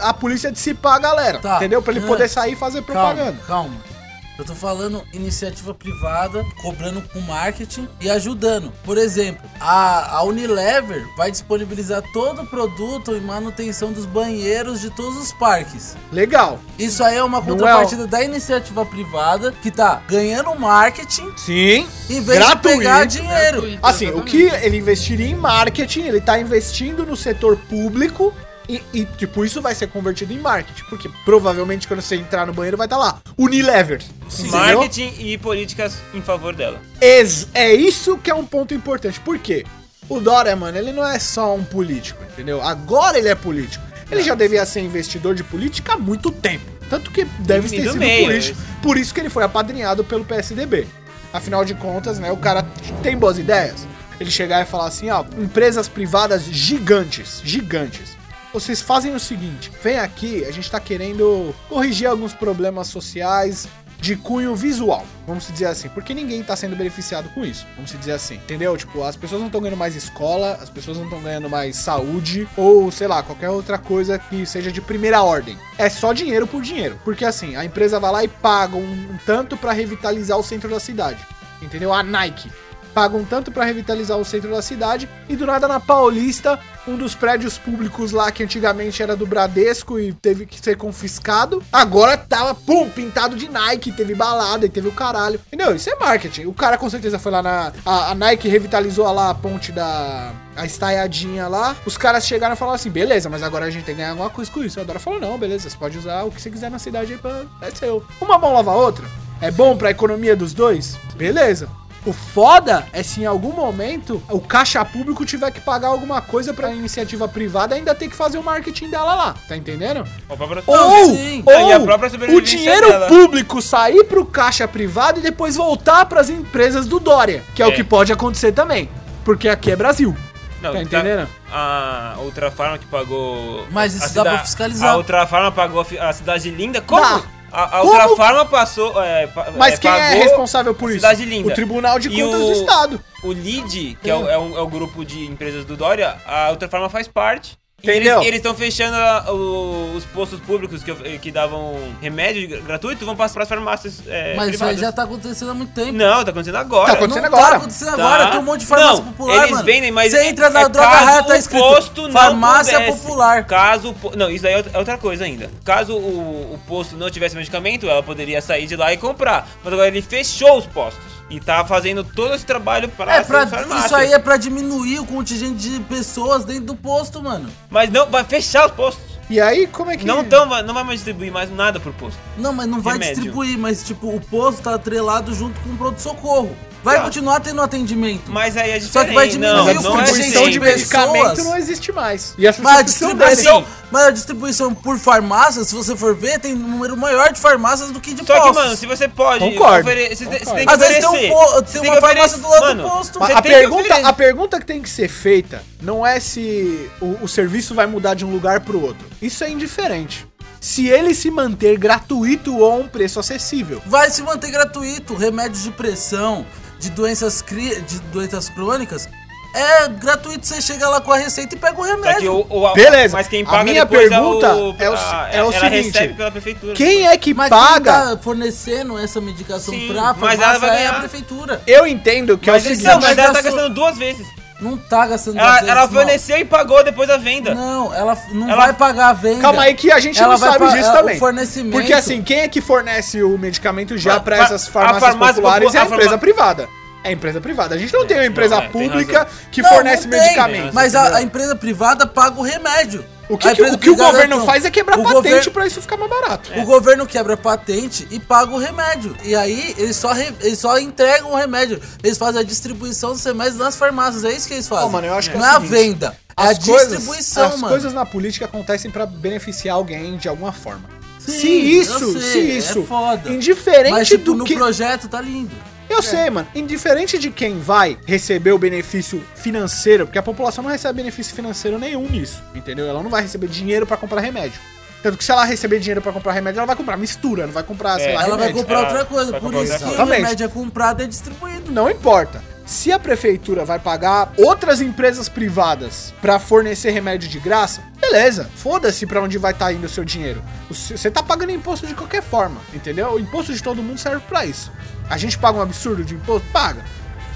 Speaker 3: a polícia dissipar a galera,
Speaker 1: Tá.
Speaker 3: entendeu? Pra ele
Speaker 1: Ah.
Speaker 3: poder sair e fazer propaganda.
Speaker 1: Calma, calma. Eu tô falando iniciativa privada, cobrando com marketing e ajudando. Por exemplo, a, a Unilever vai disponibilizar todo o produto e manutenção dos banheiros de todos os parques.
Speaker 3: Legal.
Speaker 1: Isso aí é uma
Speaker 3: Não é o-
Speaker 1: contrapartida da iniciativa privada que tá ganhando marketing
Speaker 3: Sim.
Speaker 1: em vez
Speaker 3: Gratuito.
Speaker 1: de pegar dinheiro.
Speaker 3: Assim, o que ele investiria em marketing, ele tá investindo no setor público. E, e, tipo, isso vai ser convertido em marketing. Porque provavelmente quando você entrar no banheiro vai estar tá lá. Unilever. entendeu?
Speaker 2: Marketing e políticas em favor dela.
Speaker 3: Ex- é isso que é um ponto importante. Por quê? O Dória, mano, ele não é só um político, entendeu? Agora ele é político. Ele já devia ser investidor de política há muito tempo. Tanto que deve
Speaker 2: E
Speaker 3: ter
Speaker 2: do
Speaker 3: sido
Speaker 2: meio,
Speaker 3: político. Por isso que ele foi apadrinhado pelo PSDB. Afinal de contas, né, o cara tem boas ideias. Ele chegar e falar assim, ó, empresas privadas gigantes, gigantes. Vocês fazem o seguinte, vem aqui, a gente tá querendo corrigir alguns problemas sociais de cunho visual, vamos se dizer assim, porque ninguém tá sendo beneficiado com isso, vamos se dizer assim, entendeu? Tipo, as pessoas não estão ganhando mais escola, as pessoas não estão ganhando mais saúde, ou sei lá, qualquer outra coisa que seja de primeira ordem. É só dinheiro por dinheiro, porque assim, a empresa vai lá e paga um, um tanto pra revitalizar o centro da cidade, entendeu? A Nike pagam tanto pra revitalizar o centro da cidade e do nada na Paulista, um dos prédios públicos lá que antigamente era do Bradesco e teve que ser confiscado, agora tava pum, pintado de Nike, teve balada e teve o caralho. Entendeu? Isso é marketing. O cara com certeza foi lá na a, a Nike revitalizou lá a ponte da a estaiadinha lá. Os caras chegaram e falaram assim: "Beleza, mas agora a gente tem que ganhar alguma coisa com isso". A Dora falou: "Não, beleza, você pode usar o que você quiser na cidade aí pra é seu". Uma mão lava a outra. É bom pra economia dos dois? Beleza. O foda é se em algum momento o caixa público tiver que pagar alguma coisa pra iniciativa privada ainda ter que fazer o marketing dela lá, tá entendendo?
Speaker 2: Ó, pra-
Speaker 3: Ou,
Speaker 1: sim.
Speaker 2: Aí a
Speaker 3: ou
Speaker 2: própria
Speaker 3: o
Speaker 2: sobrevivência
Speaker 3: dinheiro
Speaker 2: dela.
Speaker 3: público sair pro caixa privado e depois voltar pras empresas do Dória, que é, o
Speaker 2: É.
Speaker 3: que pode acontecer também, porque aqui é Brasil.
Speaker 2: Não,
Speaker 3: Tá
Speaker 2: tá
Speaker 3: entendendo?
Speaker 2: A outra farma que pagou.
Speaker 1: Mas isso
Speaker 2: a
Speaker 1: dá pra fiscalizar.
Speaker 2: A outra farma pagou a, fi- a cidade linda. Como?
Speaker 3: Dá.
Speaker 2: A, a
Speaker 3: Como?
Speaker 2: outra farma passou. é, pa-
Speaker 3: Mas quem é
Speaker 2: pagou
Speaker 3: responsável por isso?
Speaker 2: Cidade Linda.
Speaker 3: O Tribunal de
Speaker 2: E
Speaker 3: Contas
Speaker 2: o-
Speaker 3: do Estado.
Speaker 2: O LID, que é,
Speaker 1: Hum.
Speaker 2: o, é um- é o grupo de empresas do Dória, a outra farma faz parte. E
Speaker 3: Entendeu?
Speaker 2: Eles estão fechando a- o- os postos públicos que, of- que davam remédio gr- gratuito, vão passar para as farmácias é,
Speaker 1: Mas isso aí
Speaker 2: privadas.
Speaker 1: já tá acontecendo há muito tempo.
Speaker 2: Não, tá acontecendo agora.
Speaker 3: Tá acontecendo
Speaker 1: Não
Speaker 3: agora.
Speaker 1: Tá acontecendo agora,
Speaker 2: Tá.
Speaker 1: tem um monte de farmácia
Speaker 2: Não,
Speaker 1: popular,
Speaker 2: eles
Speaker 1: mano.
Speaker 2: vendem, mas
Speaker 1: Você entra na
Speaker 2: é
Speaker 1: droga
Speaker 2: caso
Speaker 1: rara, tá
Speaker 2: o
Speaker 1: escrito
Speaker 2: posto não
Speaker 1: farmácia
Speaker 2: pudesse.
Speaker 1: popular.
Speaker 2: Caso o po- Não, isso aí é outra- é outra coisa ainda. Caso o, o posto não tivesse medicamento, ela poderia sair de lá e comprar. Mas agora ele fechou os postos. E tá fazendo todo esse trabalho para
Speaker 1: É
Speaker 2: essas
Speaker 1: pra,
Speaker 2: farmácias.
Speaker 1: isso aí é pra diminuir o contingente de pessoas dentro do posto, mano.
Speaker 2: Mas não, vai fechar os postos.
Speaker 3: E aí, como é que.
Speaker 2: Não, tão, não vai mais distribuir mais nada pro posto.
Speaker 1: Não, mas não vai
Speaker 2: Remédio.
Speaker 1: distribuir, mas tipo, o posto tá atrelado junto com o pronto-socorro. Vai
Speaker 2: Tá.
Speaker 1: continuar tendo atendimento.
Speaker 2: Mas aí é diferente.
Speaker 1: Só que vai diminuir
Speaker 2: não,
Speaker 1: o
Speaker 3: Mas
Speaker 2: não
Speaker 3: a
Speaker 2: é
Speaker 3: distribuição
Speaker 2: sempre.
Speaker 3: de
Speaker 1: pessoas.
Speaker 3: medicamento não existe mais. E as
Speaker 1: Mas a
Speaker 2: é
Speaker 3: pessoas precisam dele.
Speaker 2: assim.
Speaker 1: distribuição, mas a distribuição por farmácia, se você for ver, tem um número maior de farmácias do que de
Speaker 2: Só
Speaker 1: postos.
Speaker 2: que, mano, se você pode.
Speaker 3: Concordo,
Speaker 2: ofere- Você, tem- você tem que
Speaker 1: Às vezes tem, um
Speaker 2: oferecer.
Speaker 1: po-
Speaker 2: Você
Speaker 1: tem
Speaker 2: que
Speaker 1: uma farmácia
Speaker 2: oferecer-
Speaker 1: do lado
Speaker 2: Mano,
Speaker 1: do posto.
Speaker 3: Mas
Speaker 2: Você
Speaker 3: a,
Speaker 2: tem que
Speaker 3: pergunta,
Speaker 2: oferecer.
Speaker 3: a pergunta que tem que ser feita não é se o, o serviço vai mudar de um lugar pro outro. Isso é indiferente. Se ele se manter gratuito ou a um preço acessível.
Speaker 1: Vai se manter gratuito. Remédios de pressão, de doenças, cri... de doenças crônicas, é gratuito. Você chega lá com a receita e pega o
Speaker 2: Só que
Speaker 1: remédio.
Speaker 2: o, o-
Speaker 3: Beleza.
Speaker 2: Mas quem
Speaker 3: A
Speaker 2: paga
Speaker 3: minha
Speaker 2: depois
Speaker 3: pergunta
Speaker 2: é o,
Speaker 3: é o se-
Speaker 2: a-
Speaker 3: é o
Speaker 2: ela
Speaker 3: seguinte,
Speaker 2: recebe pela prefeitura.
Speaker 3: Quem é que
Speaker 1: Mas
Speaker 3: paga?
Speaker 1: quem tá fornecendo essa medicação
Speaker 2: Sim,
Speaker 1: pra
Speaker 2: mas ela
Speaker 1: farmácia
Speaker 2: vai
Speaker 1: é a
Speaker 2: ganhar.
Speaker 1: prefeitura.
Speaker 3: Eu entendo que
Speaker 2: Mas,
Speaker 3: é o
Speaker 2: eles-
Speaker 3: seguinte.
Speaker 2: não, mas
Speaker 1: mas
Speaker 2: ela
Speaker 1: a
Speaker 2: tá
Speaker 1: sua-
Speaker 2: gastando duas vezes.
Speaker 1: Não tá gastando
Speaker 2: Ela,
Speaker 1: gasolina,
Speaker 2: ela
Speaker 1: não.
Speaker 2: forneceu e pagou depois da venda.
Speaker 1: Não, ela f- não
Speaker 2: Ela-
Speaker 1: vai pagar a venda.
Speaker 3: Calma aí que a gente
Speaker 1: Ela
Speaker 3: não
Speaker 1: vai
Speaker 3: sabe
Speaker 1: pa-
Speaker 3: disso
Speaker 1: ela- o
Speaker 3: também.
Speaker 1: fornecimento.
Speaker 3: Porque assim, quem é que fornece o medicamento já
Speaker 2: Fa-
Speaker 3: pra
Speaker 2: fa-
Speaker 3: essas farmácias
Speaker 2: a farmácia
Speaker 3: populares
Speaker 2: popular-
Speaker 3: é a
Speaker 2: a
Speaker 3: empresa
Speaker 2: farmá-
Speaker 3: privada. É empresa privada. A gente não tem uma empresa
Speaker 2: não, é, tem
Speaker 3: pública
Speaker 2: razão.
Speaker 3: que
Speaker 1: Não,
Speaker 3: fornece
Speaker 1: não tem,
Speaker 3: medicamento.
Speaker 1: Mas a, a empresa privada paga o remédio.
Speaker 3: O que,
Speaker 1: A
Speaker 3: que-
Speaker 1: empresa
Speaker 3: o, que o
Speaker 1: privada
Speaker 3: governo
Speaker 1: não.
Speaker 3: faz é quebrar
Speaker 1: O
Speaker 3: patente
Speaker 1: governo-
Speaker 3: pra isso ficar mais barato.
Speaker 1: O governo quebra a patente e paga o remédio. E aí eles só, re- eles só entregam o remédio. Eles fazem a distribuição dos remédios nas farmácias. É isso que eles fazem.
Speaker 3: Não, mano, eu acho que é o
Speaker 1: Não é a
Speaker 3: seguinte,
Speaker 1: venda. É a distribuição,
Speaker 3: as
Speaker 1: mano.
Speaker 3: coisas na política acontecem pra beneficiar alguém de alguma forma.
Speaker 1: Sim,
Speaker 3: se isso,
Speaker 1: eu
Speaker 3: se
Speaker 1: sei, é
Speaker 3: isso,
Speaker 1: foda.
Speaker 3: indiferente
Speaker 1: Mas, tipo,
Speaker 3: do
Speaker 1: no
Speaker 3: que...
Speaker 1: projeto tá lindo.
Speaker 3: Eu sei, mano, indiferente de quem vai receber o benefício financeiro, porque a população não recebe benefício financeiro nenhum nisso, entendeu? Ela não vai receber dinheiro pra comprar remédio. Tanto que se ela receber dinheiro pra comprar remédio, ela vai comprar mistura, não vai comprar, sei
Speaker 2: É,
Speaker 3: lá,
Speaker 1: Ela vai
Speaker 3: remédio.
Speaker 1: comprar
Speaker 2: Ela
Speaker 1: outra coisa.
Speaker 2: vai
Speaker 1: Por
Speaker 2: comprar
Speaker 1: isso que
Speaker 2: outra
Speaker 1: o
Speaker 3: coisa.
Speaker 1: remédio é comprado e é distribuído.
Speaker 3: não importa. Se a prefeitura vai pagar outras empresas privadas pra fornecer remédio de graça, beleza, foda-se pra onde vai estar indo o seu dinheiro. O se- Você tá pagando imposto de qualquer forma, entendeu? O imposto de todo mundo serve pra isso. A gente paga um absurdo de imposto? Paga.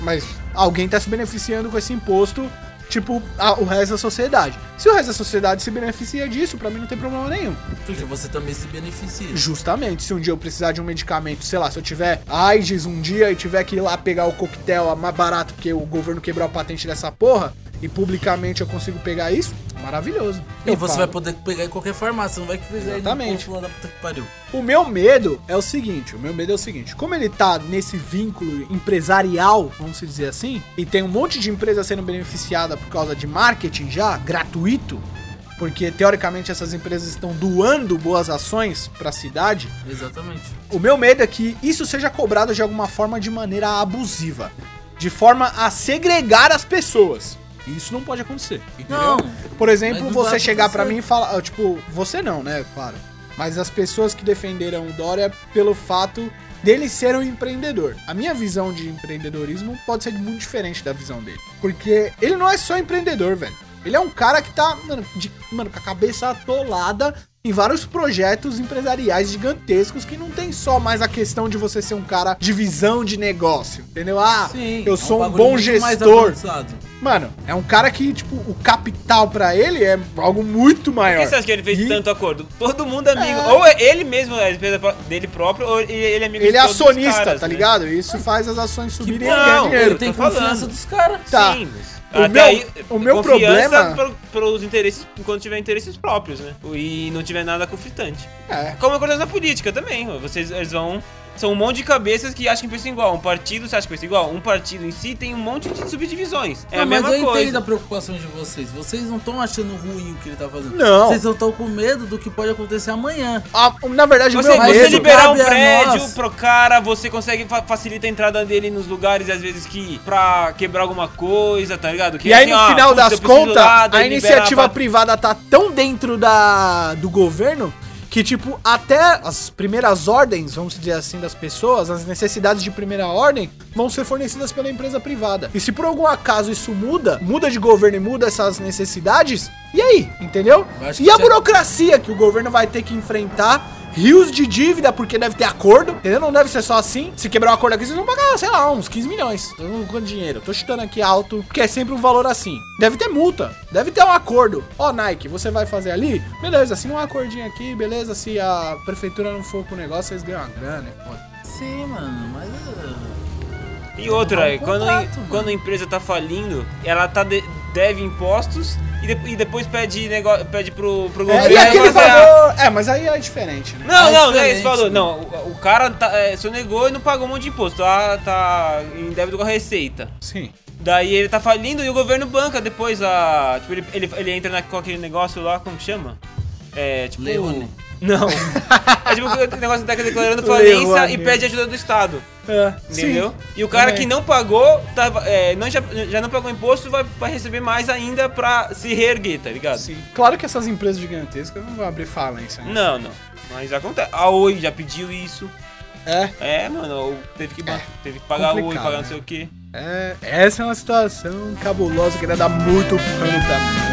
Speaker 3: Mas alguém tá se beneficiando com esse imposto, tipo, a- o resto da sociedade. Se o resto da sociedade se beneficia disso, pra mim não tem problema nenhum.
Speaker 1: Porque você também se beneficia.
Speaker 3: Justamente, se um dia eu precisar de um medicamento, sei lá, se eu tiver AIDS um dia e tiver que ir lá pegar o coquetel mais barato, porque o governo quebrou a patente dessa porra, e publicamente eu consigo pegar isso, maravilhoso.
Speaker 1: E
Speaker 3: Eu
Speaker 1: você vai
Speaker 3: falo.
Speaker 1: poder pegar em qualquer farmácia, não vai que precisar ir no
Speaker 3: Exatamente.
Speaker 1: posto lá da puta que pariu.
Speaker 3: O meu medo é o seguinte, o meu medo é o seguinte, como ele tá nesse vínculo empresarial, vamos se dizer assim, e tem um monte de empresa sendo beneficiada por causa de marketing já, gratuito, porque teoricamente essas empresas estão doando boas ações pra cidade,
Speaker 1: Exatamente.
Speaker 3: O meu medo é que isso seja cobrado de alguma forma de maneira abusiva. De forma a segregar as pessoas. E isso não pode acontecer.
Speaker 1: Não.
Speaker 3: Por exemplo,
Speaker 1: Mas não
Speaker 3: você
Speaker 1: vai
Speaker 3: chegar pra
Speaker 1: acontecer.
Speaker 3: mim e falar, ah, tipo, você não, né? Claro. Mas as pessoas que defenderam o Dória pelo fato dele ser um empreendedor. A minha visão de empreendedorismo pode ser muito diferente da visão dele. Porque ele não é só empreendedor, velho. Ele é um cara que tá, mano, de- mano, com a cabeça atolada em vários projetos empresariais gigantescos que não tem só mais a questão de você ser um cara de visão de negócio, entendeu? Ah,
Speaker 1: Sim,
Speaker 3: eu
Speaker 1: é
Speaker 3: sou um
Speaker 1: bagulho
Speaker 3: bom
Speaker 1: muito mais
Speaker 3: gestor.
Speaker 1: avançado.
Speaker 3: Mano, é um cara que, tipo, o capital pra ele é algo muito
Speaker 2: Por
Speaker 3: maior.
Speaker 2: que você acha que ele fez
Speaker 3: E
Speaker 2: tanto acordo? Todo mundo é amigo. Ou é ele mesmo é a empresa pro- dele próprio, ou ele- ele é amigo
Speaker 3: Ele é
Speaker 2: de todos os
Speaker 3: acionista,
Speaker 2: caras,
Speaker 3: tá
Speaker 2: né?
Speaker 3: ligado? Isso faz as ações subirem e
Speaker 2: bom.
Speaker 3: ganhar
Speaker 2: Não,
Speaker 1: Ele
Speaker 3: dinheiro.
Speaker 1: tem
Speaker 2: tô falando.
Speaker 1: confiança dos caras.
Speaker 3: Tá.
Speaker 2: Sim, mas...
Speaker 3: O
Speaker 2: até
Speaker 3: meu-
Speaker 2: aí,
Speaker 3: o meu
Speaker 2: confiança
Speaker 3: problema-
Speaker 2: pro- Pros interesses, enquanto tiver interesses próprios, né? E não tiver nada conflitante.
Speaker 3: É.
Speaker 2: Como acontece na política também, ó. vocês eles vão. São um monte de cabeças que acham que pensa igual. Um partido você acha que pensa igual. Um partido em si tem um monte de subdivisões. É
Speaker 1: Não,
Speaker 2: a
Speaker 1: Ah, mas
Speaker 2: mesma
Speaker 1: eu entendo a
Speaker 2: coisa.
Speaker 1: preocupação de vocês. Vocês não estão achando ruim o que ele tá fazendo.
Speaker 3: Não.
Speaker 1: Vocês não estão com medo do que pode acontecer amanhã.
Speaker 3: Ah, na verdade, o
Speaker 2: Você,
Speaker 3: meu
Speaker 1: mas
Speaker 2: você
Speaker 1: medo.
Speaker 3: medo...
Speaker 2: liberar um
Speaker 1: Cabe a
Speaker 2: prédio
Speaker 1: nós.
Speaker 2: pro cara, você consegue fa facilita a entrada dele nos lugares, às vezes que pra quebrar alguma coisa, tá ligado? Que
Speaker 3: E aí,
Speaker 2: assim,
Speaker 3: no
Speaker 2: ah,
Speaker 3: final
Speaker 2: putz, eu
Speaker 3: das
Speaker 2: preciso
Speaker 3: contas,
Speaker 2: lá, daí
Speaker 3: a
Speaker 2: libera
Speaker 3: iniciativa
Speaker 2: pra-
Speaker 3: privada tá tão dentro da, do governo que, tipo, até as primeiras ordens, vamos dizer assim, das pessoas, as necessidades de primeira ordem, vão ser fornecidas pela empresa privada. E se por algum acaso isso muda, muda de governo e muda essas necessidades, e aí? Entendeu?
Speaker 1: Eu acho
Speaker 3: E
Speaker 1: que
Speaker 3: a
Speaker 2: é
Speaker 1: já-
Speaker 3: burocracia que o governo vai ter que enfrentar. Rios de dívida, porque deve ter acordo, entendeu? Não deve ser só assim. Se quebrar o acordo aqui, vocês vão pagar, sei lá, uns 15 milhões. Eu não quanto dinheiro. Eu Tô chutando aqui alto, porque é sempre um valor assim. Deve ter multa, deve ter um acordo. Ó, Nike, você vai fazer ali? Beleza, assina um acordinho aqui, beleza. Se a prefeitura não for com o negócio, vocês ganham uma grana, é foda.
Speaker 1: Sim, mano, mas. uh,
Speaker 2: E outra,
Speaker 1: É um
Speaker 2: quando,
Speaker 1: contrato,
Speaker 2: a,
Speaker 1: mano.
Speaker 2: quando a empresa tá falindo, ela tá de- deve impostos e, de- e depois pede, negócio, pede pro, pro governo.
Speaker 3: É, e aquele
Speaker 2: fazer a-
Speaker 3: valor. É, mas aí é diferente, né?
Speaker 2: Não,
Speaker 1: É
Speaker 2: não, não é
Speaker 1: diferente,
Speaker 2: isso, falou.
Speaker 1: né?
Speaker 2: Não, o, o cara tá, é, sonegou e não pagou um monte de imposto. Tá, tá em débito com a Receita.
Speaker 3: Sim.
Speaker 2: Daí ele tá falindo e o governo banca depois a. Tipo, ele, ele, ele entra na, com aquele negócio lá, como que chama? É, tipo.
Speaker 1: Leone.
Speaker 2: Não. é tipo o negócio tá declarando falência
Speaker 3: Leone.
Speaker 2: e pede ajuda do Estado.
Speaker 3: É,
Speaker 2: Entendeu? E o cara
Speaker 3: Também.
Speaker 2: que não pagou, tá, é, não, já, já não pagou imposto, vai, vai receber mais ainda pra se reerguer, tá ligado?
Speaker 3: Sim. Claro que essas empresas gigantescas não vão abrir falência. Né?
Speaker 2: Não, não. Mas acontece. A Oi já pediu isso.
Speaker 3: É,
Speaker 2: É, mano, o- teve que, ba- teve que pagar Oi,
Speaker 3: complicado,
Speaker 2: pagar
Speaker 3: né?
Speaker 2: não sei o quê.
Speaker 3: é. Essa é uma situação cabulosa que deve dar muito pano pra mim.